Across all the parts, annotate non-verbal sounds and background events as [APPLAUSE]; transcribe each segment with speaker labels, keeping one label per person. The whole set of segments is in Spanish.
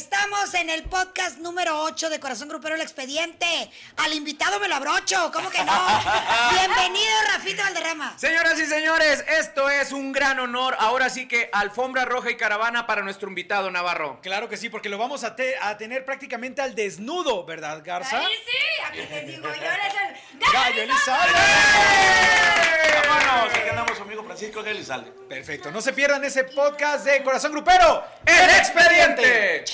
Speaker 1: Estamos en el podcast número 8 de Corazón Grupero El Expediente. Al invitado me lo abrocho, ¿cómo que no? Bienvenido, Rafita Valderrama.
Speaker 2: Señoras y señores, esto es un gran honor. Ahora sí que alfombra roja y caravana para nuestro invitado Navarro.
Speaker 3: Claro que sí, porque lo vamos a, te- a tener prácticamente al desnudo, ¿verdad, Garza?
Speaker 4: Ahí sí, aquí te digo, yo eres
Speaker 3: [LAUGHS]
Speaker 4: el
Speaker 3: ¡Gallo
Speaker 4: gallo
Speaker 3: Elizalde!
Speaker 5: Vámonos, aquí andamos su amigo Francisco Elizalde.
Speaker 3: Perfecto, no se pierdan ese podcast de Corazón Grupero,
Speaker 2: ¡El expediente!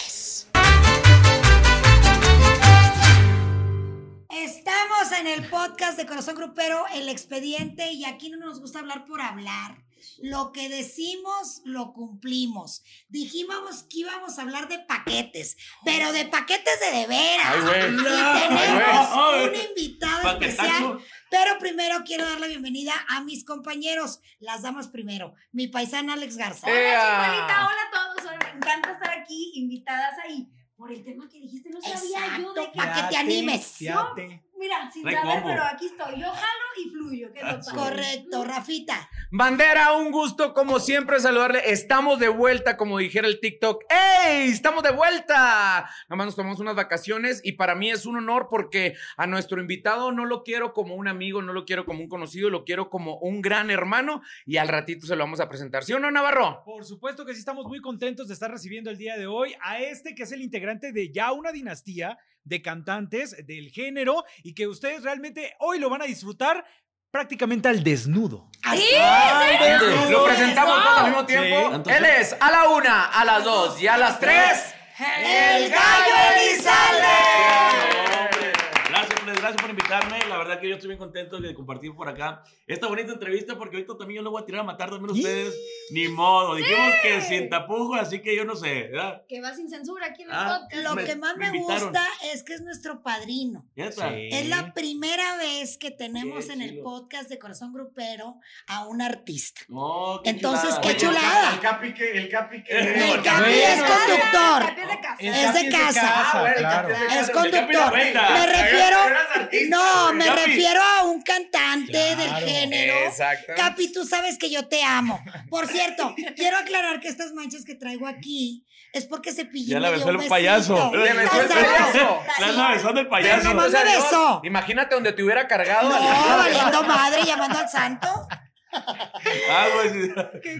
Speaker 1: Estamos en el podcast de Corazón Grupero, El Expediente, y aquí no nos gusta hablar por hablar. Lo que decimos, lo cumplimos. Dijimos que íbamos a hablar de paquetes, pero de paquetes de de veras.
Speaker 2: Ay, güey.
Speaker 1: Y
Speaker 2: Ay,
Speaker 1: tenemos
Speaker 5: güey.
Speaker 1: un invitado
Speaker 5: Paquetazo.
Speaker 1: especial, pero primero quiero dar la bienvenida a mis compañeros. Las damos primero. Mi paisana Alex Garza.
Speaker 2: Eh.
Speaker 4: Hola, Chicuelita, hola a todos. hola, Me encanta estar aquí, invitadas ahí. Por el tema que dijiste, no sabía yo de
Speaker 1: Exacto,
Speaker 4: que.
Speaker 1: pa- que te animes.
Speaker 3: fíjate.
Speaker 4: Mira, sin
Speaker 5: Trae
Speaker 4: saber,
Speaker 5: combo. Ah,
Speaker 4: pero aquí estoy. Yo jalo y fluyo, que es lo padre.
Speaker 1: Correcto, Rafita.
Speaker 2: Bandera, un gusto como siempre saludarle. Estamos de vuelta, como dijera el TikTok. ¡Ey! ¡Estamos de vuelta! Nomás nos tomamos unas vacaciones y para mí es un honor porque a nuestro invitado no lo quiero como un amigo, no lo quiero como un conocido, lo quiero como un gran hermano y al ratito se lo vamos a presentar. ¿Sí o no, Navarro?
Speaker 3: Por supuesto que sí estamos muy contentos de estar recibiendo el día de hoy a este que es el integrante de ya una dinastía de cantantes del género y que ustedes realmente hoy lo van a disfrutar prácticamente al desnudo.
Speaker 4: Sí,
Speaker 2: Lo presentamos todos al mismo tiempo.
Speaker 5: Sí.
Speaker 2: Él es a la una, a las dos y a las tres.
Speaker 1: El gallo
Speaker 2: Elizalde.
Speaker 5: Gracias, pues, gracias por invitarme. La verdad que yo estoy bien contento de compartir por acá esta bonita entrevista porque ahorita también yo lo voy a tirar a matar también a ustedes. Ni modo, dijimos que sin tapujos, así que yo no sé, ¿verdad?
Speaker 4: Que va sin censura aquí en el
Speaker 5: Ah.
Speaker 4: podcast.
Speaker 1: Lo
Speaker 5: Me-
Speaker 1: que más
Speaker 5: me
Speaker 1: me
Speaker 5: invitaron.
Speaker 1: gusta es que es nuestro padrino.
Speaker 5: Ya está.
Speaker 1: Es la primera vez que tenemos
Speaker 5: Qué
Speaker 1: en el
Speaker 5: chido.
Speaker 1: podcast de Corazón Grupero a un artista.
Speaker 5: No, qué
Speaker 1: Entonces,
Speaker 5: chulada.
Speaker 1: qué
Speaker 5: Oye,
Speaker 1: chulada.
Speaker 6: El capi que, el capi que.
Speaker 1: El
Speaker 5: Bueno,
Speaker 1: Capi
Speaker 3: bueno,
Speaker 1: es conductor.
Speaker 4: Campeón de casa.
Speaker 1: Es de casa.
Speaker 6: Ah, bueno, el Capi
Speaker 3: claro.
Speaker 6: de casa.
Speaker 1: Es
Speaker 5: Capi la
Speaker 1: conductor.
Speaker 5: venta.
Speaker 1: Me refiero.
Speaker 6: Eras artista,
Speaker 1: No,
Speaker 6: güey.
Speaker 1: me
Speaker 5: Capi.
Speaker 1: refiero a un cantante
Speaker 3: Claro.
Speaker 1: del género.
Speaker 2: Exacto.
Speaker 1: Capi, tú sabes que yo te amo.
Speaker 5: [LAUGHS]
Speaker 1: Por cierto, quiero aclarar que estas manchas que traigo aquí es porque se
Speaker 5: [LAUGHS] Ya la
Speaker 1: me
Speaker 5: besó
Speaker 1: dio un
Speaker 5: el payaso.
Speaker 1: besito.
Speaker 5: Le besó el
Speaker 1: Está sabroso.
Speaker 2: payaso.
Speaker 1: Está así.
Speaker 5: La anda besando el payaso.
Speaker 1: nomás me
Speaker 2: Dios,
Speaker 1: besó.
Speaker 2: Imagínate donde te hubiera cargado.
Speaker 1: No, valiendo madre, llamando al santo.
Speaker 5: Ah, güey, sí.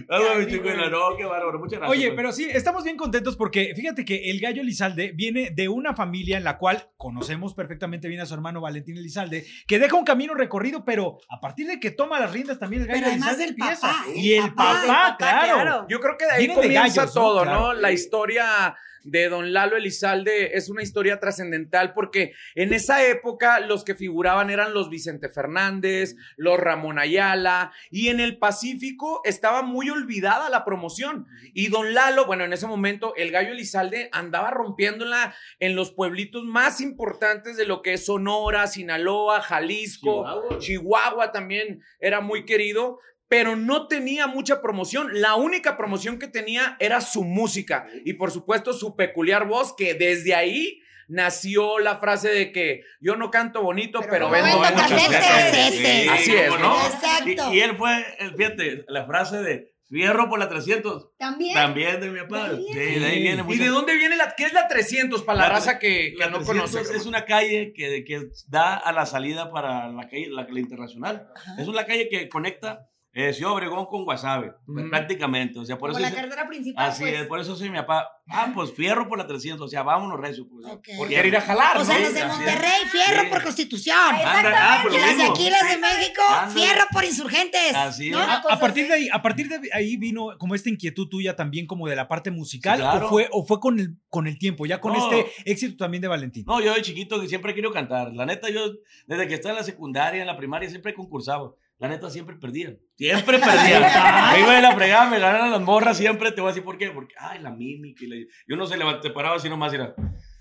Speaker 5: Ah, güey, mi chicuela, no, qué bárbaro. Muchas gracias.
Speaker 3: Oye,
Speaker 5: pues.
Speaker 3: pero sí, estamos bien contentos porque fíjate que el gallo Elizalde viene de una familia en la cual conocemos perfectamente bien a su hermano Valentín Elizalde, que deja un camino recorrido, pero a partir de que toma las riendas también el gallo
Speaker 1: Pero además
Speaker 3: Elizalde
Speaker 1: del
Speaker 3: empieza.
Speaker 1: papá, ¿eh?
Speaker 3: Y el
Speaker 1: el
Speaker 3: papá,
Speaker 1: papá,
Speaker 4: del papá,
Speaker 3: claro.
Speaker 4: claro.
Speaker 2: Yo creo que de ahí
Speaker 3: Vienen de
Speaker 2: comienza
Speaker 3: gallos, ¿no?
Speaker 2: todo, ¿no?
Speaker 3: Claro.
Speaker 2: La historia de don Lalo Elizalde es una historia trascendental porque en esa época los que figuraban eran los Vicente Fernández, los Ramón Ayala y en el Pacífico estaba muy olvidada la promoción. Y don Lalo, bueno, en ese momento el gallo Elizalde andaba rompiéndola en los pueblitos más importantes de lo que es Sonora, Sinaloa, Jalisco,
Speaker 5: Chihuahua.
Speaker 2: Chihuahua también era muy querido pero no tenía mucha promoción. La única promoción que tenía era su música y por supuesto su peculiar voz que desde ahí nació la frase de que yo no canto bonito, pero,
Speaker 1: no
Speaker 2: vendo
Speaker 1: vendo
Speaker 2: mucho.
Speaker 1: cachete.
Speaker 2: cachete.
Speaker 1: cachete.
Speaker 2: Así es,
Speaker 5: cómo
Speaker 2: ¿no?
Speaker 1: Exacto.
Speaker 5: Y, y él fue, eh, fíjate, la frase de fierro por la 300,
Speaker 4: También.
Speaker 5: también de mi papá. Sí, de ahí viene
Speaker 2: ¿Y
Speaker 5: mucha-
Speaker 2: de dónde viene la qué es la 300 para la,
Speaker 5: La-
Speaker 2: raza que, que
Speaker 5: La
Speaker 2: no
Speaker 5: 300
Speaker 2: conoce?
Speaker 5: Es una calle que, que da a la salida para la calle, la, la internacional. Es una calle que conecta eh, Ciudad Obregón con Guasave, pues,
Speaker 2: Ujú.
Speaker 5: prácticamente. O sea, por
Speaker 4: Por
Speaker 5: eso.
Speaker 4: la
Speaker 5: dice-
Speaker 4: carretera principal.
Speaker 5: Así
Speaker 4: pues.
Speaker 5: es, por eso soy mi papá. Ah, pues fierro por la 300, o sea, vámonos recio. Pues,
Speaker 1: Ok.
Speaker 2: Por querer ir a jalar,
Speaker 1: O sea,
Speaker 2: ¿no?
Speaker 1: los de
Speaker 5: Así es.
Speaker 1: Monterrey, fierro
Speaker 5: Sí.
Speaker 1: por constitución.
Speaker 5: Ándale, ah, por
Speaker 1: Y
Speaker 5: lo
Speaker 1: las de
Speaker 5: mismo.
Speaker 1: aquí, las de México,
Speaker 5: Ándale.
Speaker 1: fierro por insurgentes.
Speaker 5: Así
Speaker 1: ¿no?
Speaker 5: es. Ah,
Speaker 3: A, a partir de ahí, a partir de ahí vino como esta inquietud tuya también como de la parte musical
Speaker 5: Sí, claro.
Speaker 3: o fue o fue con el con el tiempo, ya con
Speaker 5: No.
Speaker 3: este éxito también de Valentín.
Speaker 5: No, yo de chiquito que siempre he querido cantar. La neta, yo desde que estaba en la secundaria, en la primaria, siempre concursaba. La neta, siempre perdía. Siempre perdía. Me iba de la fregada, me ganaron las morras siempre. Te voy a decir por qué. Porque, ay, la mímica. y la- Yo no se levantaba, te paraba así nomás. Era,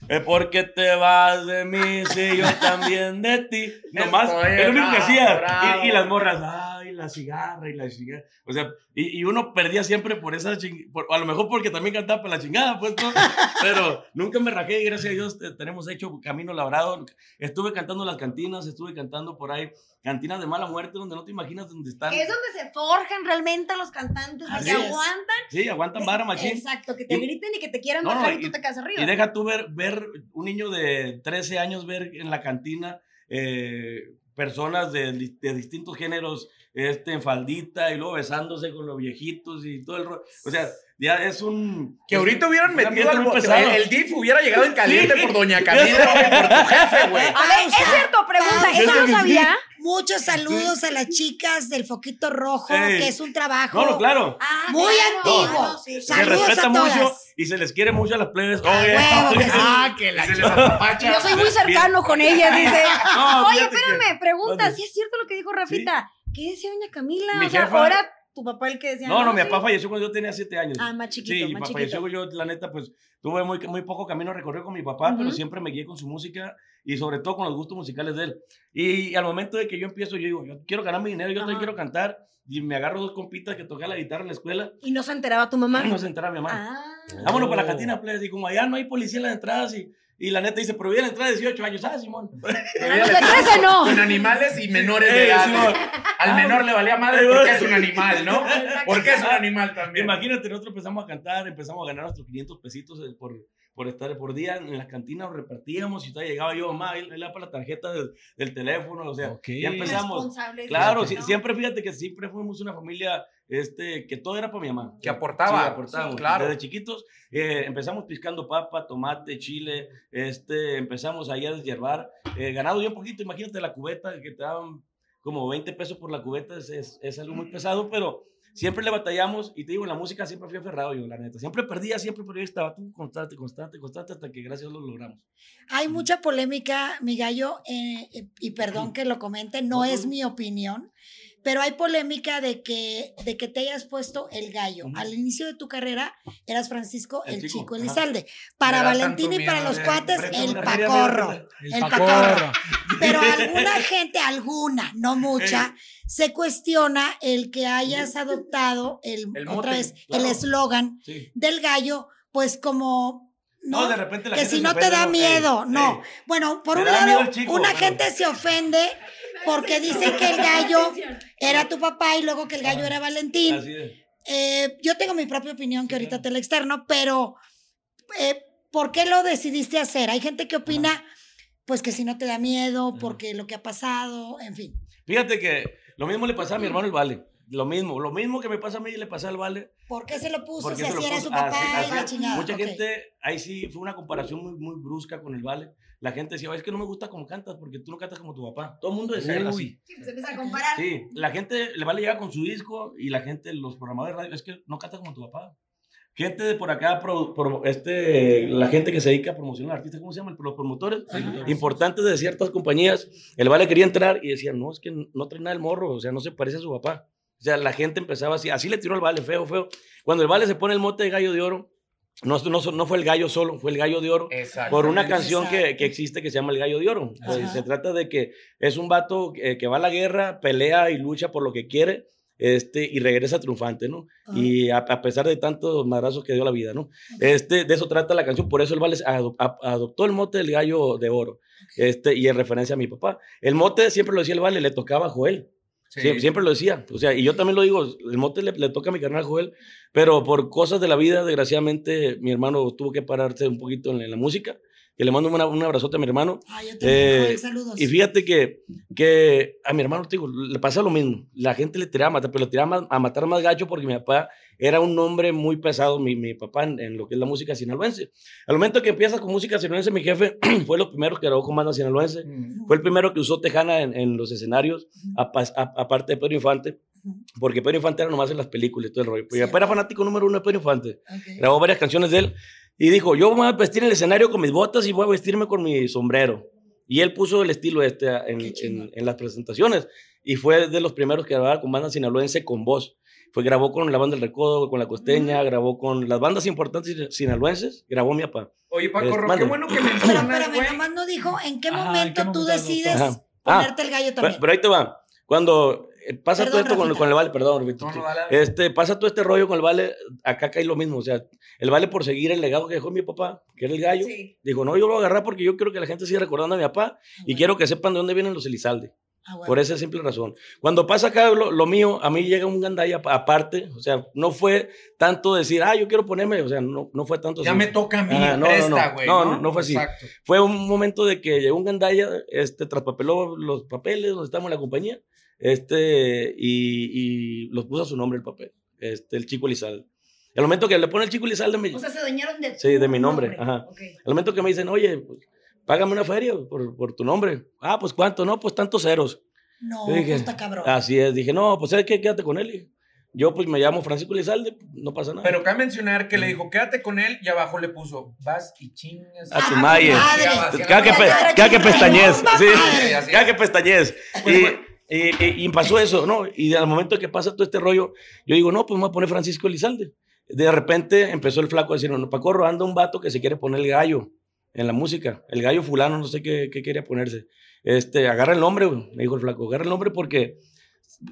Speaker 5: es porque te vas de mí, si yo también de ti. Nomás,
Speaker 2: Estoy
Speaker 5: es lo único que hacía.
Speaker 2: enamorado.
Speaker 5: Y, y las morras, ay, la cigarra y la chingada. O sea, y, y uno perdía siempre por esa ching- por- A lo mejor porque también cantaba para la chingada, pues, ¿no? Pero nunca me rajé y gracias a Dios te- tenemos hecho camino labrado. Estuve cantando en las cantinas, estuve cantando por ahí, cantinas de mala muerte donde no te imaginas dónde están.
Speaker 4: Que es donde se forjan realmente los cantantes, que
Speaker 5: Así es.
Speaker 4: aguantan.
Speaker 5: Sí, aguantan vara, machín.
Speaker 4: Exacto, que te
Speaker 5: Y-
Speaker 4: griten y que te quieran
Speaker 5: No, no,
Speaker 4: bajar y,
Speaker 5: y-
Speaker 4: tú te quedas arriba.
Speaker 5: Y deja tú ver, ver un niño de 13 años ver en la cantina eh, personas de, li- de distintos géneros este, en faldita y luego besándose con los viejitos y todo el rollo. O sea, ya es un...
Speaker 2: Que ahorita hubieran
Speaker 5: Un
Speaker 2: metido
Speaker 5: ambiente
Speaker 2: al
Speaker 5: muy
Speaker 2: bo-
Speaker 5: pesado.
Speaker 2: el, el DIF hubiera llegado en caliente
Speaker 5: Sí.
Speaker 2: por Doña Camila, güey,
Speaker 5: [LAUGHS]
Speaker 2: por tu jefe, güey.
Speaker 4: A ver,
Speaker 1: Pausa.
Speaker 4: es cierto, pregunta,
Speaker 1: Pausa.
Speaker 4: ¿eso no sabía?
Speaker 1: Muchos saludos a las chicas del Foquito Rojo,
Speaker 5: Ey.
Speaker 1: que es un trabajo.
Speaker 5: No, no, claro.
Speaker 4: Ah,
Speaker 1: Muy
Speaker 4: claro.
Speaker 1: antiguo.
Speaker 4: Ah, no, sí, sí.
Speaker 5: Se
Speaker 1: Saludos
Speaker 5: respeta
Speaker 1: a todas.
Speaker 5: mucho y se les quiere mucho a las plebes.
Speaker 2: Oh,
Speaker 5: Oye,
Speaker 1: huevo que sí.
Speaker 2: Ah, que la
Speaker 4: Y Yo soy muy cercano con ella, dice.
Speaker 5: No,
Speaker 4: Oye,
Speaker 5: fíjate que-
Speaker 4: espérame, pregunta,
Speaker 5: ¿Dónde?
Speaker 4: si es cierto lo que dijo Rafita. ¿Qué decía doña Camila?
Speaker 5: Mi
Speaker 4: o sea,
Speaker 5: jefa-
Speaker 4: ahora tu papá el que decía.
Speaker 5: No, no, mi
Speaker 4: sí".
Speaker 5: papá falleció cuando yo tenía 7 años.
Speaker 4: Ah, más
Speaker 5: Sí,
Speaker 4: chiquito,
Speaker 5: mi
Speaker 4: más
Speaker 5: papá
Speaker 4: chiquito.
Speaker 5: falleció, yo la neta pues tuve muy, muy poco camino recorrido con mi papá, pero
Speaker 4: Ujú.
Speaker 5: siempre me guié con su música y sobre todo con los gustos musicales de él. Y, al momento de que yo empiezo, yo digo, yo quiero ganar mi dinero, yo también
Speaker 4: Ajá.
Speaker 5: quiero cantar y me agarro dos compitas que toqué la guitarra en la escuela
Speaker 4: Y no se enteraba tu mamá.
Speaker 5: y no se entera mi mamá.
Speaker 4: Ah.
Speaker 5: Vámonos para la
Speaker 2: Oh.
Speaker 5: cantina, plebes, y como allá no hay policía en las entradas y, y la neta dice, prohibida la entrada de 18 años, ¿sabes, Simón?
Speaker 4: Ah, no, de 13 no.
Speaker 2: Con animales y menores de
Speaker 5: Ey,
Speaker 2: edad.
Speaker 5: Eh, Simón.
Speaker 2: Al menor le valía madre porque es un animal, ¿no? Porque es un animal
Speaker 5: Me
Speaker 2: también.
Speaker 5: Imagínate, nosotros empezamos a cantar, empezamos a ganar nuestros 500 pesitos eh, por, por estar por día en las cantinas, repartíamos y todavía llegaba yo, mamá, él, él da para la tarjeta del, del teléfono, o sea,
Speaker 3: Ok.
Speaker 5: ya empezamos.
Speaker 4: Responsables,
Speaker 5: Claro,
Speaker 4: ¿no?
Speaker 5: sí, siempre fíjate que siempre fuimos una familia este, que todo era para mi mamá.
Speaker 2: Que aportaba.
Speaker 5: Sí, aportábamos.
Speaker 2: Sí, claro.
Speaker 5: Desde chiquitos eh, empezamos piscando papa, tomate, chile, este, empezamos ahí a deshiervar. Eh, ganado yo un poquito, imagínate la cubeta que te daban como 20 pesos por la cubeta, es, es, es algo muy pesado, pero siempre le batallamos y te digo, en la música siempre fui aferrado yo, la neta. Siempre perdía, siempre perdía, estaba tú constante, constante, constante, hasta que gracias a Dios lo logramos.
Speaker 1: Hay mucha polémica, mi gallo, eh, y- y perdón que lo comente, no es mi opinión, pero hay polémica de que, de que te hayas puesto el gallo.
Speaker 5: Ujú.
Speaker 1: Al inicio de tu carrera eras Francisco el,
Speaker 5: El
Speaker 1: Chico,
Speaker 5: Chico, ajá.
Speaker 1: Elizalde. Para
Speaker 2: Me da
Speaker 1: Valentín
Speaker 2: tanto
Speaker 1: y para
Speaker 2: miedo,
Speaker 1: los
Speaker 2: eh,
Speaker 1: cuates,
Speaker 5: Presta
Speaker 1: el
Speaker 5: una feria,
Speaker 1: pacorro.
Speaker 5: mira,
Speaker 1: El
Speaker 3: El
Speaker 1: pacorro.
Speaker 3: pacorro.
Speaker 1: Pero alguna gente, alguna, no mucha, se cuestiona el que hayas adoptado el,
Speaker 2: El
Speaker 1: otra
Speaker 2: mote,
Speaker 1: vez,
Speaker 5: claro.
Speaker 1: el eslogan
Speaker 5: Sí.
Speaker 1: del gallo, pues como...
Speaker 5: No,
Speaker 1: No,
Speaker 5: de repente la
Speaker 1: que
Speaker 5: gente
Speaker 1: si
Speaker 5: se
Speaker 1: no te
Speaker 5: ofende,
Speaker 1: da miedo,
Speaker 5: Ey,
Speaker 1: no.
Speaker 5: ey.
Speaker 1: Bueno, por
Speaker 5: Me
Speaker 1: un
Speaker 5: da miedo
Speaker 1: lado,
Speaker 5: el chico,
Speaker 1: una
Speaker 5: pero-
Speaker 1: gente se ofende porque dicen que el gallo era tu papá y luego que el gallo
Speaker 5: Ah,
Speaker 1: era Valentín.
Speaker 5: Así es.
Speaker 1: Eh, yo tengo mi propia opinión que
Speaker 5: Sí,
Speaker 1: ahorita
Speaker 5: claro.
Speaker 1: te la externo, pero eh, ¿por qué lo decidiste hacer? Hay gente que opina, pues que si no te da miedo,
Speaker 5: Ajá.
Speaker 1: porque lo que ha pasado, en fin,
Speaker 5: Fíjate que lo mismo le pasaba a mi hermano el Vale. Lo mismo, lo mismo que me pasa a mí le pasa al Vale.
Speaker 1: ¿por qué se lo puso?
Speaker 5: porque
Speaker 1: Si
Speaker 5: se lo
Speaker 1: así era
Speaker 5: puso-
Speaker 1: su papá
Speaker 5: así- así
Speaker 1: y la
Speaker 5: es.
Speaker 1: chingada.
Speaker 5: Mucha
Speaker 1: Ah, Ok.
Speaker 5: gente, ahí sí fue una comparación muy, muy brusca con el Vale. La gente decía, es que no me gusta cómo cantas porque tú no cantas como tu papá. Todo el mundo decía así.
Speaker 3: Uy.
Speaker 4: Sí, pues empieza a comparar.
Speaker 5: Sí, la gente, le Vale llega con su disco y la gente, los programadores de radio, es que no cantas como tu papá. Gente de por acá, pro- pro- este, la gente que se dedica a promocionar al artista, ¿cómo se llama? Los promotores importantes de ciertas compañías. El Vale quería entrar y decía, no, es que no trae nada el morro, o sea, no se parece a su papá. O sea, la gente empezaba así, así le tiró al Vale, feo, feo. Cuando el Vale se pone el mote de gallo de oro, no, no, no fue el gallo solo, fue el gallo de oro
Speaker 2: Exacto.
Speaker 5: por una
Speaker 1: Exactamente.
Speaker 5: canción que, que existe que se llama El Gallo de Oro.
Speaker 1: Ajá.
Speaker 5: Eh, Se trata de que es un vato eh, que va a la guerra, pelea y lucha por lo que quiere. Este, y regresa triunfante, ¿no?
Speaker 1: Ajá.
Speaker 5: Y a, a pesar de tantos madrazos que dio la vida, ¿no? Este, de eso trata la canción, por eso el Vales ado- a- adoptó el mote del gallo de oro, este, y en referencia a mi papá. El mote siempre lo decía el Vale, le tocaba a Joel, Sie- siempre, lo decía, o sea, y yo también lo digo, el mote le, le toca a mi carnal Joel, pero por cosas de la vida, desgraciadamente, mi hermano tuvo que pararse un poquito en, en la música, que le mando una- un abrazote a mi hermano,
Speaker 1: Ah, yo también,
Speaker 5: Eh,
Speaker 1: Joel, saludos.
Speaker 5: y fíjate que, que a mi hermano, te digo, le pasa lo mismo. La gente le tiraba a matar, pero le tiraba ma- a matar más gacho porque mi papá era un hombre muy pesado, mi, mi papá, en, en lo que es la música sinaloense. Al momento que empiezas con música sinaloense, mi jefe [CLEARS THROAT] fue lo primero que grabó con banda sinaloense.
Speaker 2: Mm.
Speaker 5: Fue el primero que usó Tejana en, en los escenarios, a pas- a- aparte de Pedro Infante,
Speaker 1: Ujú.
Speaker 5: porque Pedro Infante era nomás en las películas y todo el rollo. Mi
Speaker 1: Cierto.
Speaker 5: papá era fanático número uno de Pedro Infante.
Speaker 1: Ok.
Speaker 5: Grabó varias canciones de él y dijo, yo me voy a vestir en el escenario con mis botas y voy a vestirme con mi sombrero. Y él puso el estilo este a- en,
Speaker 1: Qué chingón.
Speaker 5: en- en las presentaciones y fue de los primeros que grababa con banda sinaloense con voz. Fue, grabó con la banda del Recodo, con la Costeña, grabó con las bandas importantes sinaloenses, grabó mi papá.
Speaker 2: Oye, Paco,
Speaker 5: Es-
Speaker 2: Ro, qué
Speaker 5: mande.
Speaker 2: bueno
Speaker 5: [CLEARS THROAT]
Speaker 2: que
Speaker 1: Pero
Speaker 2: mencionas,
Speaker 1: espérame,
Speaker 2: güey.
Speaker 1: nomás no dijo en qué
Speaker 3: Ajá, ¿en
Speaker 1: momento
Speaker 3: qué
Speaker 1: tú
Speaker 3: momento adoptó?
Speaker 1: decides
Speaker 5: Ajá. Ah,
Speaker 1: ponerte el gallo
Speaker 5: Pero,
Speaker 1: también.
Speaker 5: pero ahí te va. Cuando eh, pasa
Speaker 1: Perdón,
Speaker 5: todo esto con,
Speaker 1: Rafita.
Speaker 5: con el vale, perdón, Rafita,
Speaker 2: No,
Speaker 5: tú.
Speaker 2: no, dale, dale.
Speaker 5: Este, pasa todo este rollo con el vale, acá cae lo mismo, o sea, el vale por seguir el legado que dejó mi papá, que era el gallo,
Speaker 4: Sí.
Speaker 5: dijo, no, yo lo voy a agarrar porque yo quiero que la gente siga recordando a mi papá pues, y quiero pues, que sepan de dónde vienen los Elizalde.
Speaker 1: Ah,
Speaker 5: Por esa simple razón. Cuando pasa acá lo, lo mío, a mí llega un gandaya pa- aparte. O sea, no fue tanto decir, ah, yo quiero ponerme. O sea, no, no fue tanto.
Speaker 2: Ya
Speaker 5: así.
Speaker 2: me toca a mí,
Speaker 5: Ah, no, no,
Speaker 2: presta,
Speaker 5: no.
Speaker 2: güey.
Speaker 5: No, no, no fue así.
Speaker 2: Exacto.
Speaker 5: Fue un momento de que llegó un gandaya, este, traspapeló los papeles donde estamos en la compañía, este, y, y los puso a su nombre el papel, este, el Chico Elizalde. El momento que le pone el Chico Elizalde, me,
Speaker 4: O sea, se doñaron de
Speaker 5: Sí,
Speaker 4: tu
Speaker 5: de mi nombre, ajá.
Speaker 4: Ok.
Speaker 5: al momento que me dicen, oye, pues, págame una feria por, por tu nombre. Ah, pues cuánto, no, pues tantos ceros.
Speaker 1: No,
Speaker 5: Yo dije, "Ah,
Speaker 1: pues, está cabrón.
Speaker 5: Así es, dije, no, pues ¿sabes qué? Quédate con él. Yo pues me llamo Francisco Lizalde, no pasa nada.
Speaker 2: Pero cabe mencionar que le dijo, quédate con él, y abajo le puso, vas y chingas.
Speaker 5: a tu
Speaker 1: Ah,
Speaker 5: malle.
Speaker 1: madre.
Speaker 5: Cada que, pe- cada que pestañez, sí,
Speaker 2: Así es.
Speaker 5: cada que pestañez.
Speaker 2: Pues,
Speaker 5: Y,
Speaker 2: bueno.
Speaker 5: y- y- y pasó eso, ¿no? Y al momento que pasa todo este rollo, yo digo, no, pues me voy a poner Francisco Elizalde. De repente empezó el flaco a decir, no, no, Paco, anda un vato que se quiere poner el gallo en la música. El gallo fulano, no sé qué, qué quería ponerse. Este, agarra el nombre, güey, me dijo el flaco, agarra el nombre porque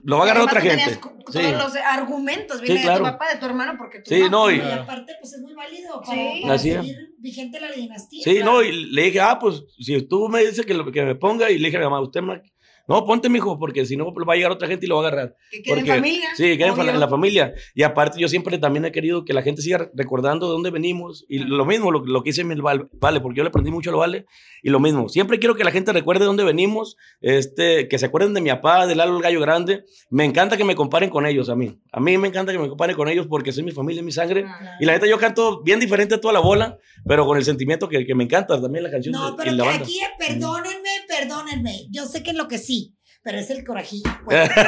Speaker 5: lo va a agarrar
Speaker 4: Además,
Speaker 5: otra
Speaker 4: tú
Speaker 5: gente.
Speaker 4: tenías cu-
Speaker 5: Sí.
Speaker 4: Todos los argumentos vienen
Speaker 5: claro.
Speaker 4: de tu papá, de tu hermano, porque tú.
Speaker 5: Sí, no,
Speaker 1: Y
Speaker 5: y-
Speaker 1: aparte, pues es muy válido para,
Speaker 4: Sí.
Speaker 1: para
Speaker 5: Así es.
Speaker 1: seguir vigente la dinastía.
Speaker 5: Sí, no, y le dije, ah, pues si tú me dices que, lo- que me ponga, y le dije a mi mamá, usted, ma- no, ponte, mijo, porque si no va a llegar otra gente y lo va a agarrar.
Speaker 4: Que quede en
Speaker 5: Porque-
Speaker 4: familia.
Speaker 5: Sí, que en fa-
Speaker 4: obvio.
Speaker 5: en la familia. Y aparte, yo siempre también he querido que la gente siga recordando de dónde venimos. Y lo mismo, lo, lo que hice en el Val- Vale, porque yo le aprendí mucho al Vale. Y lo mismo, siempre quiero que la gente recuerde de dónde venimos, este, que se acuerden de mi papá, del Lalo el Gallo Grande. Me encanta que me comparen con ellos a mí. A mí me encanta que me comparen con ellos porque soy mi familia, es mi sangre.
Speaker 4: Ah,
Speaker 5: Y la neta, yo canto bien diferente a toda la bola, pero con el sentimiento que, que me encanta también la canción
Speaker 1: No,
Speaker 5: de- y
Speaker 1: pero
Speaker 5: la
Speaker 1: que
Speaker 5: banda. [LAUGHS] Mm.
Speaker 1: aquí, perdónenme, perdónenme. Yo sé que es lo que sí, pero es el
Speaker 5: [LAUGHS]
Speaker 1: corajillo. pues. Este,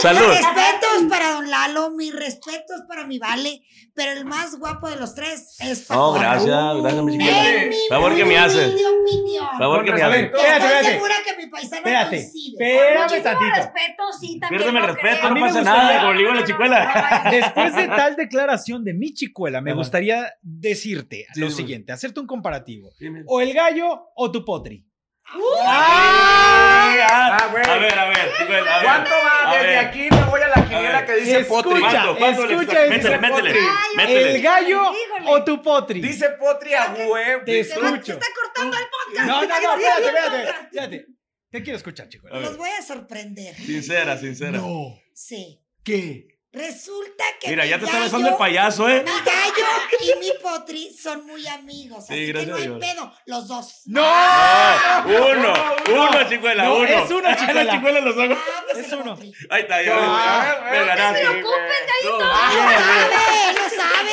Speaker 5: Salud.
Speaker 1: Mis respetos para don Lalo, mis respetos para mi Vale, pero el más guapo de los tres es Paco.
Speaker 5: No, gracias, gracias, mi chiquita.
Speaker 1: En mi
Speaker 5: Favor que me hace.
Speaker 1: humilde opinión.
Speaker 5: Favor que me hace.
Speaker 1: Estoy
Speaker 3: Espérate, espérate.
Speaker 1: segura que mi paisano
Speaker 3: Espérate,
Speaker 1: coincide.
Speaker 3: espérame
Speaker 4: Muchísimo
Speaker 3: tantito.
Speaker 4: respeto, sí, también.
Speaker 5: Piérdeme el
Speaker 4: no
Speaker 5: respeto,
Speaker 4: creo.
Speaker 5: no
Speaker 4: A mí me
Speaker 5: pasa
Speaker 4: gustaría-
Speaker 5: nada, como le digo a
Speaker 4: No,
Speaker 5: la
Speaker 4: no,
Speaker 5: chicuela.
Speaker 4: no, no, no, no.
Speaker 3: Después de tal declaración de mi chicuela, me
Speaker 5: Ajá.
Speaker 3: gustaría decirte
Speaker 5: Sí,
Speaker 3: lo
Speaker 5: dime.
Speaker 3: siguiente, hacerte un comparativo.
Speaker 5: Sí, mira.
Speaker 3: O el gallo o tu potri.
Speaker 5: Ah,
Speaker 2: Ah, güey.
Speaker 5: A ver, a ver, chicuela, a ver.
Speaker 2: ¿Cuánto va?
Speaker 5: A
Speaker 2: Desde
Speaker 5: ver.
Speaker 2: aquí me voy a la
Speaker 5: A
Speaker 2: quiniela
Speaker 5: ver.
Speaker 2: que dice Potri.
Speaker 3: Escucha,
Speaker 5: ¿Cuánto? ¿Cuánto le-
Speaker 3: escucha,
Speaker 5: métele,
Speaker 3: dice
Speaker 5: métele,
Speaker 2: Potri.
Speaker 4: Ay,
Speaker 5: métele.
Speaker 3: El gallo
Speaker 4: Híjole.
Speaker 3: o tu potri.
Speaker 2: Dice Potri a huevo.
Speaker 3: Te
Speaker 4: Se va- Se
Speaker 3: escucho.
Speaker 4: está cortando el podcast.
Speaker 3: No, no, no,
Speaker 4: Sí,
Speaker 3: espérate,
Speaker 4: sí,
Speaker 3: espérate,
Speaker 4: podcast.
Speaker 3: espérate. Te quiero escuchar, chicuela.
Speaker 5: A ver.
Speaker 1: Los voy a sorprender.
Speaker 5: Sincera, sincera.
Speaker 3: No.
Speaker 1: Sí.
Speaker 3: ¿Qué?
Speaker 1: Resulta que
Speaker 5: Mira,
Speaker 1: mi
Speaker 5: ya te está
Speaker 1: gallo-
Speaker 5: besando el payaso, ¿eh?
Speaker 1: Mi gallo y mi potri son muy amigos.
Speaker 5: Sí,
Speaker 1: así que
Speaker 5: gracias
Speaker 1: no
Speaker 5: a
Speaker 1: hay
Speaker 5: Dios.
Speaker 1: pedo. Los dos.
Speaker 3: ¡No!
Speaker 5: Ah, uno,
Speaker 3: No,
Speaker 5: uno, chicuela,
Speaker 3: no,
Speaker 5: uno.
Speaker 3: es
Speaker 5: [LAUGHS]
Speaker 3: uno, chicuela.
Speaker 5: La chicuela en los ojos.
Speaker 1: Ah, pues
Speaker 3: Es
Speaker 1: el
Speaker 3: uno.
Speaker 5: [LAUGHS]
Speaker 1: potri.
Speaker 5: Ahí está, ya.
Speaker 3: Ah,
Speaker 5: me ganaste.
Speaker 4: no te preocupes,
Speaker 5: No,
Speaker 1: Lo
Speaker 5: bien, bien.
Speaker 1: sabe, lo sabe.